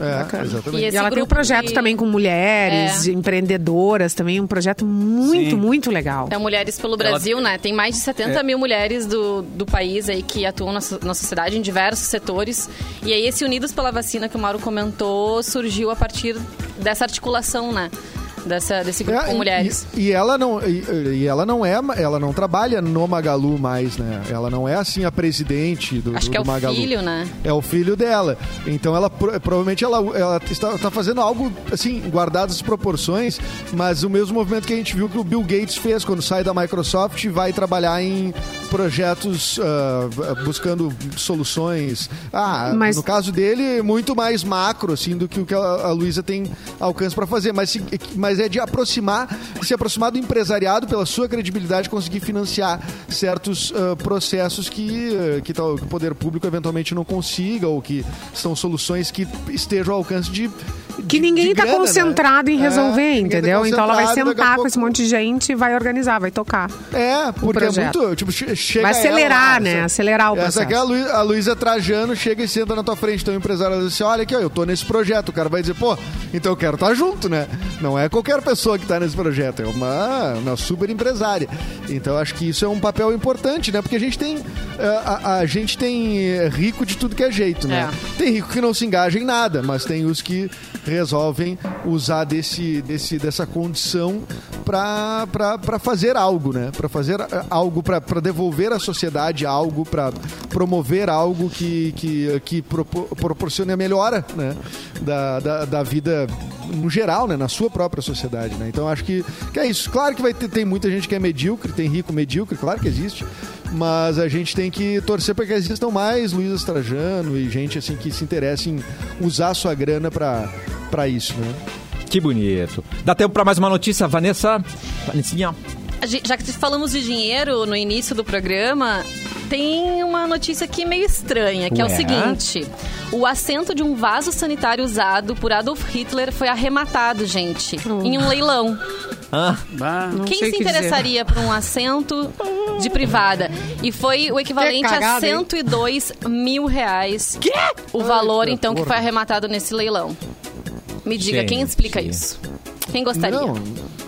Speaker 4: É, exatamente.
Speaker 2: E
Speaker 5: e
Speaker 2: esse
Speaker 5: ela tem um
Speaker 2: grupo
Speaker 5: projeto
Speaker 2: de-
Speaker 5: também com mulheres,
Speaker 2: É.
Speaker 5: empreendedoras também, um projeto muito,
Speaker 3: Sim.
Speaker 5: muito legal.
Speaker 2: É Mulheres pelo Brasil, né? Tem mais de 70
Speaker 4: É.
Speaker 2: mil mulheres do, do país aí que atuam na, so- na sociedade em diversos setores. E aí esse Unidos pela Vacina que o Mauro comentou surgiu a partir dessa articulação, né? dessa, desse grupo com
Speaker 4: É, Ah, e-
Speaker 2: mulheres.
Speaker 4: E, e ela não, e, e ela não é, ela não trabalha no Magalu mais, né? Ela não é assim a presidente do,
Speaker 2: Acho
Speaker 4: do-
Speaker 2: que é
Speaker 4: do
Speaker 2: o
Speaker 4: Magalu.
Speaker 2: filho, né?
Speaker 4: É o filho dela. Então ela pro- provavelmente ela, ela está, está fazendo algo assim, guardadas as proporções, mas o mesmo movimento que a gente viu que o Bill Gates fez quando sai da Microsoft e vai trabalhar em projetos ah, v- buscando soluções. Ah,
Speaker 5: Mas-
Speaker 4: no caso dele, muito mais macro assim do que o que a, a Luísa tem alcance para fazer, mas, se- mas é de aproximar, se aproximar do empresariado pela sua credibilidade conseguir financiar certos ah, processos que ah, que tal que o poder público eventualmente não consiga ou que são soluções que estejam ao alcance de
Speaker 5: Que
Speaker 4: de- de
Speaker 5: ninguém tá
Speaker 4: grana, né?
Speaker 5: concentrado em
Speaker 4: É,
Speaker 5: resolver,
Speaker 4: ninguém tá
Speaker 5: entendeu? Então ela vai
Speaker 4: concentrado, daqui a
Speaker 5: sentar com
Speaker 4: pouco-
Speaker 5: esse monte de gente e vai organizar, vai tocar.
Speaker 4: É, porque é
Speaker 5: projeto.
Speaker 4: muito. Tipo, che- chega
Speaker 5: Vai acelerar,
Speaker 4: ela,
Speaker 5: né?
Speaker 4: essa-
Speaker 5: Acelerar o
Speaker 4: Essa aqui é a Luí- a Luísa Trajano, chega e senta na tua frente. Então o empresário diz assim: olha aqui, ó, eu tô nesse projeto. O cara vai dizer, pô, então eu quero estar junto, né? Não é qualquer pessoa que tá nesse projeto, é uma, uma super empresária. Então acho que isso é um papel importante, né? Porque a gente tem. eh, A, a gente tem eh, rico de tudo que é jeito, né? Tem rico que não se engaja em nada, mas tem os que resolvem usar desse, desse, dessa condição pra, pra, pra fazer algo, né? Pra fazer ah, algo, pra, pra devolver à sociedade algo, pra promover algo que, que, que propo- proporcione a melhora né? da, da, da vida no geral, né? Na sua própria sociedade, né? Então acho que, que é isso. Claro que vai ter, tem muita gente que é medíocre, tem rico medíocre, claro que existe. Mas a gente tem que torcer para que existam mais Luísa Trajano e gente assim que se interesse em usar sua grana pra pra isso, né?
Speaker 1: Que bonito. Dá tempo pra mais uma notícia, Vanessa? Vanessinha.
Speaker 2: A gente- Já que falamos de dinheiro no início do programa, tem uma notícia aqui meio estranha, que é
Speaker 1: Ué?
Speaker 2: o seguinte: o assento de um vaso sanitário usado por Adolf Hitler foi arrematado, gente, em um leilão.
Speaker 1: Ah,
Speaker 3: Bah.
Speaker 5: Não
Speaker 2: Quem
Speaker 5: sei
Speaker 2: se
Speaker 5: o que dizer.
Speaker 2: interessaria por
Speaker 5: <laughs>
Speaker 2: um assento de privada? E foi o equivalente a
Speaker 5: cagada, hein?
Speaker 2: 102 mil reais. Quê? O valor, então, que foi arrematado nesse leilão. Me diga, quem
Speaker 1: Gente.
Speaker 2: explica isso? Quem gostaria?
Speaker 4: Não,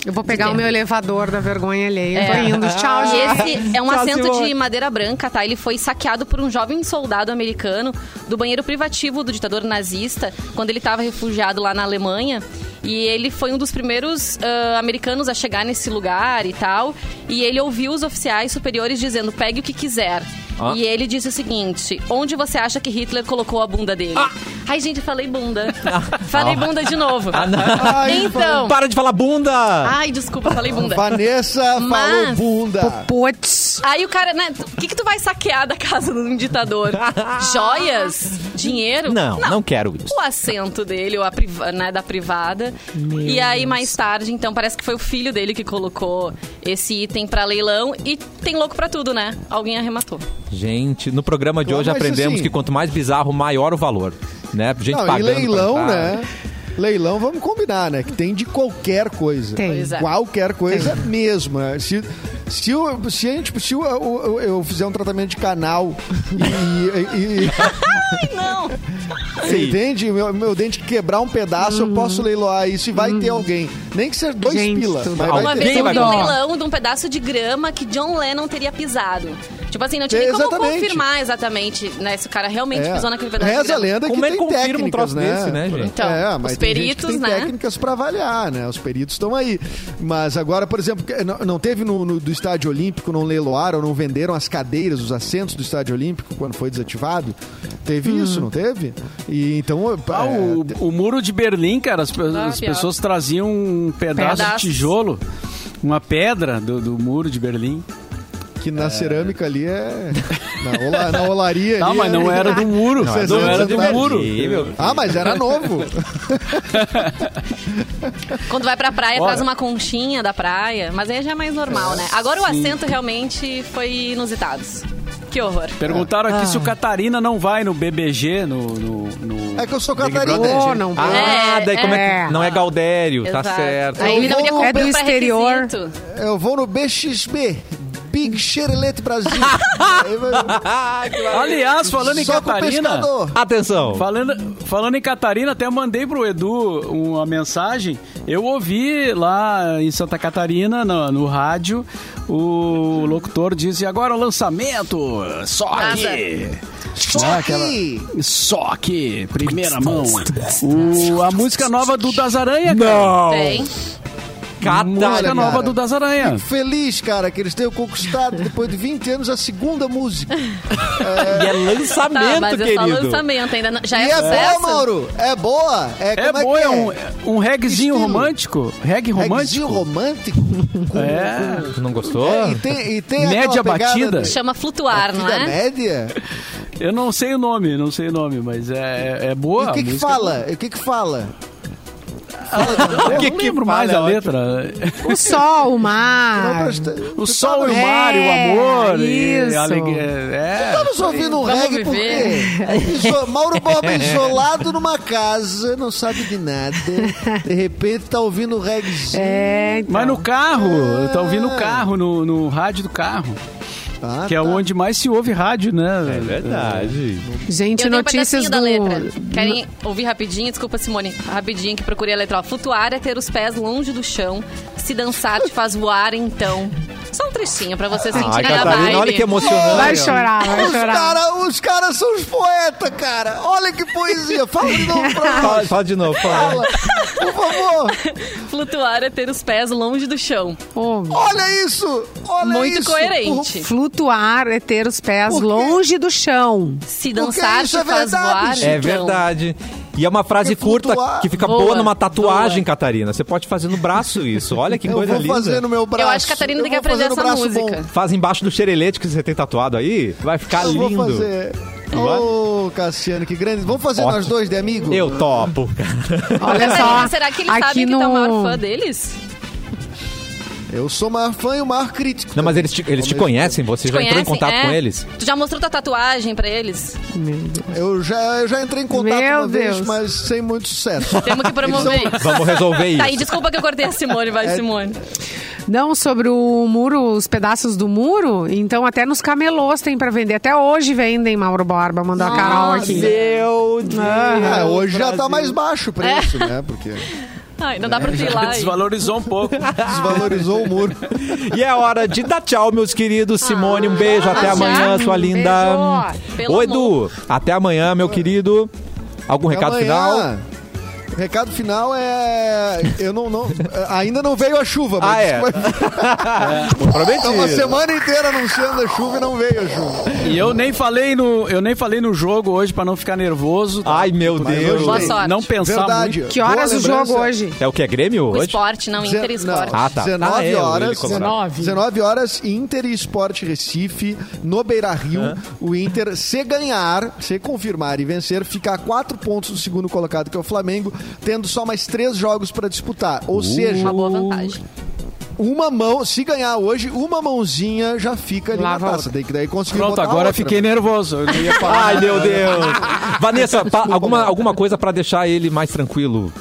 Speaker 5: Eu vou pegar o meu elevador da vergonha alheia.
Speaker 2: É.
Speaker 5: Tô indo. um Tchau,
Speaker 2: E
Speaker 5: gente.
Speaker 2: esse é um
Speaker 1: Tchau,
Speaker 2: assento
Speaker 1: Simone.
Speaker 2: de madeira branca, tá? Ele foi saqueado por um jovem soldado americano do banheiro privativo do ditador nazista, quando ele estava refugiado lá na Alemanha. E ele foi um dos primeiros ah, americanos a chegar nesse lugar e tal. E ele ouviu os oficiais superiores dizendo: pegue o que quiser.
Speaker 1: Ah.
Speaker 2: E ele disse o seguinte: onde você acha que Hitler colocou a bunda dele? Ai, gente, falei bunda. falei bunda de novo.
Speaker 1: ah,
Speaker 4: Ai,
Speaker 2: então.
Speaker 1: para de falar bunda!
Speaker 5: Ah,
Speaker 2: Ai, desculpa, falei bunda.
Speaker 4: Vanessa falou
Speaker 2: Mas-
Speaker 4: bunda.
Speaker 5: Putz.
Speaker 2: Aí o cara, né? O que, que tu vai saquear da casa de um ditador? Joias? Dinheiro?
Speaker 1: Não, não, quero isso.
Speaker 2: O assento dele, ou a priva- né, da privada. e aí, mais tarde, então, parece que foi o filho dele que colocou esse item pra leilão. E tem louco pra tudo, né? Alguém arrematou.
Speaker 1: Gente, no programa de
Speaker 4: Não,
Speaker 1: hoje
Speaker 4: mas
Speaker 1: aprendemos
Speaker 4: assim-
Speaker 1: que quanto mais bizarro, maior o valor. Né? Gente
Speaker 4: Não, e
Speaker 1: pagando. pra
Speaker 4: leilão,
Speaker 1: entrar.
Speaker 4: né? Leilão, vamos combinar, né? Que tem de qualquer coisa.
Speaker 5: Tem.
Speaker 2: Pois é.
Speaker 4: Qualquer coisa mesmo. né? Se, se, eu, se, a gente, se eu, eu- eu fizer um tratamento de canal e- e- e
Speaker 5: <laughs>
Speaker 2: Não!
Speaker 4: Você entende? Meu, meu dente quebrar um pedaço, eu posso leiloar isso e vai ter alguém. Nem que seja dois
Speaker 5: Hum. Gente,
Speaker 4: pilas.
Speaker 5: tudo.
Speaker 4: Mas
Speaker 1: Alguém
Speaker 2: Uma
Speaker 4: vai
Speaker 2: vez
Speaker 1: Quem
Speaker 2: eu
Speaker 5: vai
Speaker 2: vi um
Speaker 5: comprar?
Speaker 2: leilão de um pedaço de grama que John Lennon teria pisado. Tipo assim, não tinha nem como
Speaker 4: Exatamente.
Speaker 2: confirmar exatamente, né? se o cara realmente
Speaker 4: É.
Speaker 2: pisou naquele pedaço de
Speaker 4: Reza a
Speaker 2: grama.
Speaker 4: lenda
Speaker 1: Como
Speaker 4: que
Speaker 1: é que
Speaker 4: tem
Speaker 1: confirma um
Speaker 4: técnicas,
Speaker 1: troço
Speaker 4: né?
Speaker 1: desse, né, gente?
Speaker 2: Então,
Speaker 4: é,
Speaker 2: os
Speaker 4: mas tem gente que
Speaker 2: peritos,
Speaker 4: tem
Speaker 2: né?
Speaker 4: técnicas para avaliar, né? Os peritos estão aí. Mas agora, por exemplo, que- não, não teve no, no- do estádio olímpico, não leiloaram, não venderam as cadeiras, os assentos do estádio olímpico quando foi desativado? Teve isso, não teve? E então...
Speaker 3: Ah,
Speaker 4: é,
Speaker 3: o,
Speaker 4: te-
Speaker 3: o muro de Berlim, cara, as, pe-
Speaker 2: Ah,
Speaker 3: as
Speaker 2: pior.
Speaker 3: pessoas traziam um pedaço
Speaker 2: Pedaços.
Speaker 3: de tijolo, uma pedra do, do muro de Berlim.
Speaker 4: é, que na cerâmica ali é... Na, ola, na olaria
Speaker 3: <laughs> Tá,
Speaker 4: ali
Speaker 3: mas
Speaker 4: é-
Speaker 3: não era do muro, não,
Speaker 4: é do-
Speaker 3: era do
Speaker 4: não é
Speaker 3: muro.
Speaker 1: Ih, meu-
Speaker 4: Ah, mas era novo.
Speaker 2: Quando vai pra praia,
Speaker 3: Olha.
Speaker 2: traz uma conchinha da praia. Mas aí já é mais normal, né? Agora o assento realmente foi inusitado. Que horror.
Speaker 3: Perguntaram
Speaker 5: Ah.
Speaker 3: aqui se o Catarina não vai no BBG, no... no, no-
Speaker 4: É que eu sou
Speaker 3: Big
Speaker 4: catarinense.
Speaker 3: Brother.
Speaker 2: Oh,
Speaker 5: Ô, não pode.
Speaker 1: Ah, daí como é
Speaker 5: É.
Speaker 1: que. Não é Gaudério, tá <laughs>
Speaker 2: Exato.
Speaker 1: certo.
Speaker 2: Aí ele não
Speaker 4: Eu
Speaker 2: ia
Speaker 4: vou-
Speaker 2: cumprir
Speaker 5: É do
Speaker 2: o
Speaker 5: exterior.
Speaker 2: pré-requisito.
Speaker 4: Eu vou no BXB, Big Xerelete Brasil.
Speaker 2: <laughs>
Speaker 4: Aí vai-
Speaker 1: Ah, que lá-
Speaker 3: Aliás, falando em
Speaker 4: Só com o
Speaker 3: Catarina... né,
Speaker 4: pescador.
Speaker 1: Atenção!
Speaker 3: Falando, falando em Catarina, até mandei pro Edu uma mensagem. Eu ouvi lá em Santa Catarina, no, no rádio, o locutor disse, agora o lançamento, só aqui. Né,
Speaker 4: Só que...
Speaker 3: Só
Speaker 1: Oh.
Speaker 3: que, primeira mão, o- a música nova do Das Aranha, cara.
Speaker 1: Não!
Speaker 2: Tem. Tá,
Speaker 3: Música
Speaker 1: Catarina.
Speaker 3: nova do Das Aranha.
Speaker 4: Fico feliz, cara, que eles tenham conquistado, depois de 20 anos, a segunda música.
Speaker 1: E é lançamento,
Speaker 2: Tá, mas é só
Speaker 1: querido.
Speaker 2: lançamento, ainda não- já
Speaker 4: e
Speaker 2: é,
Speaker 4: é boa,
Speaker 2: sucesso.
Speaker 4: Mauro. É boa. É,
Speaker 3: É
Speaker 4: como é
Speaker 3: boa,
Speaker 4: que
Speaker 3: é
Speaker 4: é?
Speaker 3: um, um regzinho
Speaker 4: Estilo.
Speaker 3: romântico. Reg romântico.
Speaker 4: Regzinho romântico? Com-
Speaker 3: É.
Speaker 1: Tu não gostou?
Speaker 4: É, e tem, e tem
Speaker 3: Média
Speaker 4: aquela pegada
Speaker 3: batida?
Speaker 4: de-
Speaker 2: Chama flutuar, não
Speaker 4: Batida
Speaker 2: é?
Speaker 4: média?
Speaker 3: Eu não sei o nome, não sei o nome, mas é, é- é boa.
Speaker 4: E o
Speaker 3: a
Speaker 4: que que
Speaker 3: música.
Speaker 4: fala? E o que que fala?
Speaker 3: Eu
Speaker 1: que
Speaker 3: não
Speaker 1: que
Speaker 3: lembro
Speaker 1: fala,
Speaker 3: mais
Speaker 1: é
Speaker 3: a
Speaker 1: ótimo.
Speaker 3: letra.
Speaker 5: O sol, o
Speaker 4: Não
Speaker 5: mar.
Speaker 4: presta-
Speaker 3: <laughs> O
Speaker 4: tá
Speaker 3: sol e o
Speaker 5: É,
Speaker 3: mar, e o amor. E
Speaker 5: isso.
Speaker 3: a alegria. É.
Speaker 4: Estamos ouvindo um
Speaker 2: Vamos
Speaker 4: reggae por quê? Iso- Mauro Borba isolado numa casa, não sabe de nada. De repente tá ouvindo um reggaezinho.
Speaker 5: É, então.
Speaker 3: Mas no carro, eu tá ouvindo o carro, no, no rádio do carro.
Speaker 4: Ah,
Speaker 3: que é
Speaker 4: tá.
Speaker 3: onde mais se ouve rádio, né?
Speaker 1: É verdade.
Speaker 5: Gente,
Speaker 2: Eu tenho um
Speaker 5: notícias
Speaker 2: pedacinho
Speaker 5: do...
Speaker 2: da letra. Querem ouvir rapidinho? Desculpa, Simone. Rapidinho que procurei a letra. Ó. Flutuar é ter os pés longe do chão. Se dançar te faz voar, então. Só um trechinho pra você sentir
Speaker 1: Ah, Ai,
Speaker 2: sentirem a
Speaker 1: Catarina,
Speaker 2: vibe.
Speaker 1: olha que emocionante.
Speaker 5: Vai chorar, vai
Speaker 4: Os
Speaker 5: chorar.
Speaker 4: caras os caras são os poetas, cara. Olha que poesia. Fala de novo pra
Speaker 1: Fala,
Speaker 4: nós.
Speaker 1: fala de novo, fala.
Speaker 4: Fala. Por favor.
Speaker 2: Flutuar é ter os pés longe do chão.
Speaker 5: Ô,
Speaker 4: Olha isso. Olha
Speaker 2: Muito
Speaker 4: É isso.
Speaker 2: coerente.
Speaker 5: Flutuar é ter os pés
Speaker 4: Por quê?
Speaker 5: longe do chão.
Speaker 2: Se
Speaker 4: Porque
Speaker 2: dançar te
Speaker 4: isso é
Speaker 2: faz
Speaker 4: verdade,
Speaker 2: voar,
Speaker 4: gente.
Speaker 1: É
Speaker 2: então.
Speaker 1: verdade. E é uma frase
Speaker 4: Porque flutuar-
Speaker 1: curta que fica
Speaker 2: Boa,
Speaker 1: boa numa tatuagem, Catarina. Você pode fazer no braço isso. Olha que
Speaker 4: Eu
Speaker 1: coisa
Speaker 4: vou
Speaker 1: linda.
Speaker 4: fazer no meu braço.
Speaker 2: Eu acho que a Catarina
Speaker 4: Eu
Speaker 2: tem que
Speaker 4: vou um fazer
Speaker 2: aprender
Speaker 4: no
Speaker 2: essa
Speaker 4: braço
Speaker 2: música.
Speaker 4: bom.
Speaker 1: Faz embaixo do xerelete que você tem tatuado aí. Vai ficar
Speaker 4: Eu
Speaker 1: Tá lindo.
Speaker 4: vou fazer.
Speaker 1: Vai?
Speaker 4: Ô, Cassiano, que grande. Vamos fazer
Speaker 1: Ótimo.
Speaker 4: nós dois de amigo?
Speaker 1: Eu
Speaker 4: <laughs>
Speaker 1: topo.
Speaker 5: Olha
Speaker 2: Catarina,
Speaker 5: só.
Speaker 2: é, será que eles
Speaker 5: aqui
Speaker 2: sabem
Speaker 5: no...
Speaker 2: que tá o maior fã deles?
Speaker 4: Eu sou o maior fã e o maior crítico. é
Speaker 1: Não, mas eles te, eles te conhecem? Você
Speaker 2: Te
Speaker 1: já entrou em
Speaker 2: conhecem?
Speaker 1: contato
Speaker 2: É.
Speaker 1: com eles?
Speaker 2: Tu já mostrou tua tatuagem pra eles?
Speaker 5: Meu Deus.
Speaker 4: Eu já, eu já entrei em contato
Speaker 5: Meu
Speaker 4: uma vez,
Speaker 5: Deus.
Speaker 4: mas sem muito
Speaker 2: <laughs>
Speaker 4: sucesso.
Speaker 2: Temos que promover isso.
Speaker 1: Vamos resolver isso.
Speaker 2: <laughs> Tá aí, desculpa que eu cortei a Simone, vai,
Speaker 4: É.
Speaker 2: Simone.
Speaker 5: Não, sobre o muro, os pedaços do muro. Então, até nos camelôs tem pra vender. Até hoje vendem, Mauro Borba. Mandou a Carol
Speaker 2: Nossa.
Speaker 5: aqui.
Speaker 1: Meu Deus.
Speaker 4: Ah, hoje já tá mais baixo o preço,
Speaker 2: É.
Speaker 4: né? Porque
Speaker 2: Ai, não dá
Speaker 1: É. <laughs>
Speaker 2: pra filar aí.
Speaker 3: Desvalorizou um pouco.
Speaker 4: desvalorizou o muro.
Speaker 2: <laughs>
Speaker 1: E é hora de dar tchau, meus queridos. Simone, um beijo. Até
Speaker 2: Ah, já?
Speaker 1: amanhã, sua
Speaker 5: Beijo.
Speaker 1: linda.
Speaker 2: Pelo
Speaker 1: Oi,
Speaker 2: amor.
Speaker 1: Edu. Até amanhã, meu querido. Algum recado final?
Speaker 4: Amanhã, Recado final é. Eu não, <laughs> não- Ainda não veio a chuva, mas
Speaker 1: Ah, é. <laughs>
Speaker 4: isso vai- tá uma
Speaker 1: Prometido.
Speaker 4: semana inteira anunciando a chuva e não veio a chuva.
Speaker 3: E eu nem falei no, eu nem falei no jogo hoje pra não ficar nervoso. tá?
Speaker 1: Ai, meu
Speaker 4: Mas
Speaker 1: Deus.
Speaker 2: Boa
Speaker 4: tem.
Speaker 2: sorte.
Speaker 3: Não pensar
Speaker 4: Verdade.
Speaker 3: muito.
Speaker 5: Que horas
Speaker 4: Boa
Speaker 5: o jogo
Speaker 4: lembrança.
Speaker 5: hoje?
Speaker 1: É o que? É Grêmio
Speaker 2: O
Speaker 1: hoje?
Speaker 2: esporte, não,
Speaker 4: Dezen-
Speaker 2: Inter esporte.
Speaker 4: não,
Speaker 1: Ah, tá.
Speaker 4: 19
Speaker 1: Ah, é, o Willi
Speaker 4: horas.
Speaker 1: Colorado.
Speaker 4: 19. 19 horas, Inter e Esporte Recife, no Beira Rio. O Inter, se ganhar, se confirmar e vencer, fica a 4 pontos do segundo colocado, que é o Flamengo, tendo só mais 3 jogos para disputar.
Speaker 1: Uh,
Speaker 4: Ou seja,
Speaker 2: Uma boa vantagem.
Speaker 4: uma mão, se ganhar hoje, uma mãozinha já fica ali
Speaker 5: Lava
Speaker 4: na
Speaker 5: a
Speaker 4: taça. Tem que daí conseguir
Speaker 3: Pronto,
Speaker 4: botar
Speaker 3: agora
Speaker 4: outra.
Speaker 3: fiquei nervoso. Eu não ia falar.
Speaker 1: Ai, meu
Speaker 2: <laughs>
Speaker 1: Deus. Vanessa, pa- alguma, alguma coisa pra deixar ele mais tranquilo?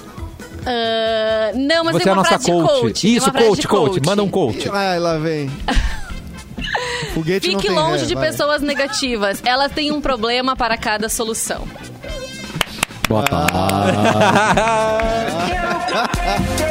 Speaker 2: Ah, não, mas
Speaker 1: Você é
Speaker 2: tem
Speaker 1: a
Speaker 2: uma
Speaker 1: nossa
Speaker 2: frase de
Speaker 1: coach.
Speaker 2: coach. tem
Speaker 1: Isso,
Speaker 2: uma frase
Speaker 1: coach,
Speaker 2: de
Speaker 1: coach, Manda um coach.
Speaker 4: Ai, lá vem.
Speaker 2: <laughs>
Speaker 4: Foguete não
Speaker 2: Fique
Speaker 4: tem
Speaker 2: longe
Speaker 4: ré,
Speaker 2: de
Speaker 4: vai.
Speaker 2: pessoas negativas. Ela tem um problema para cada solução.
Speaker 3: Boa tarde.
Speaker 6: Quero,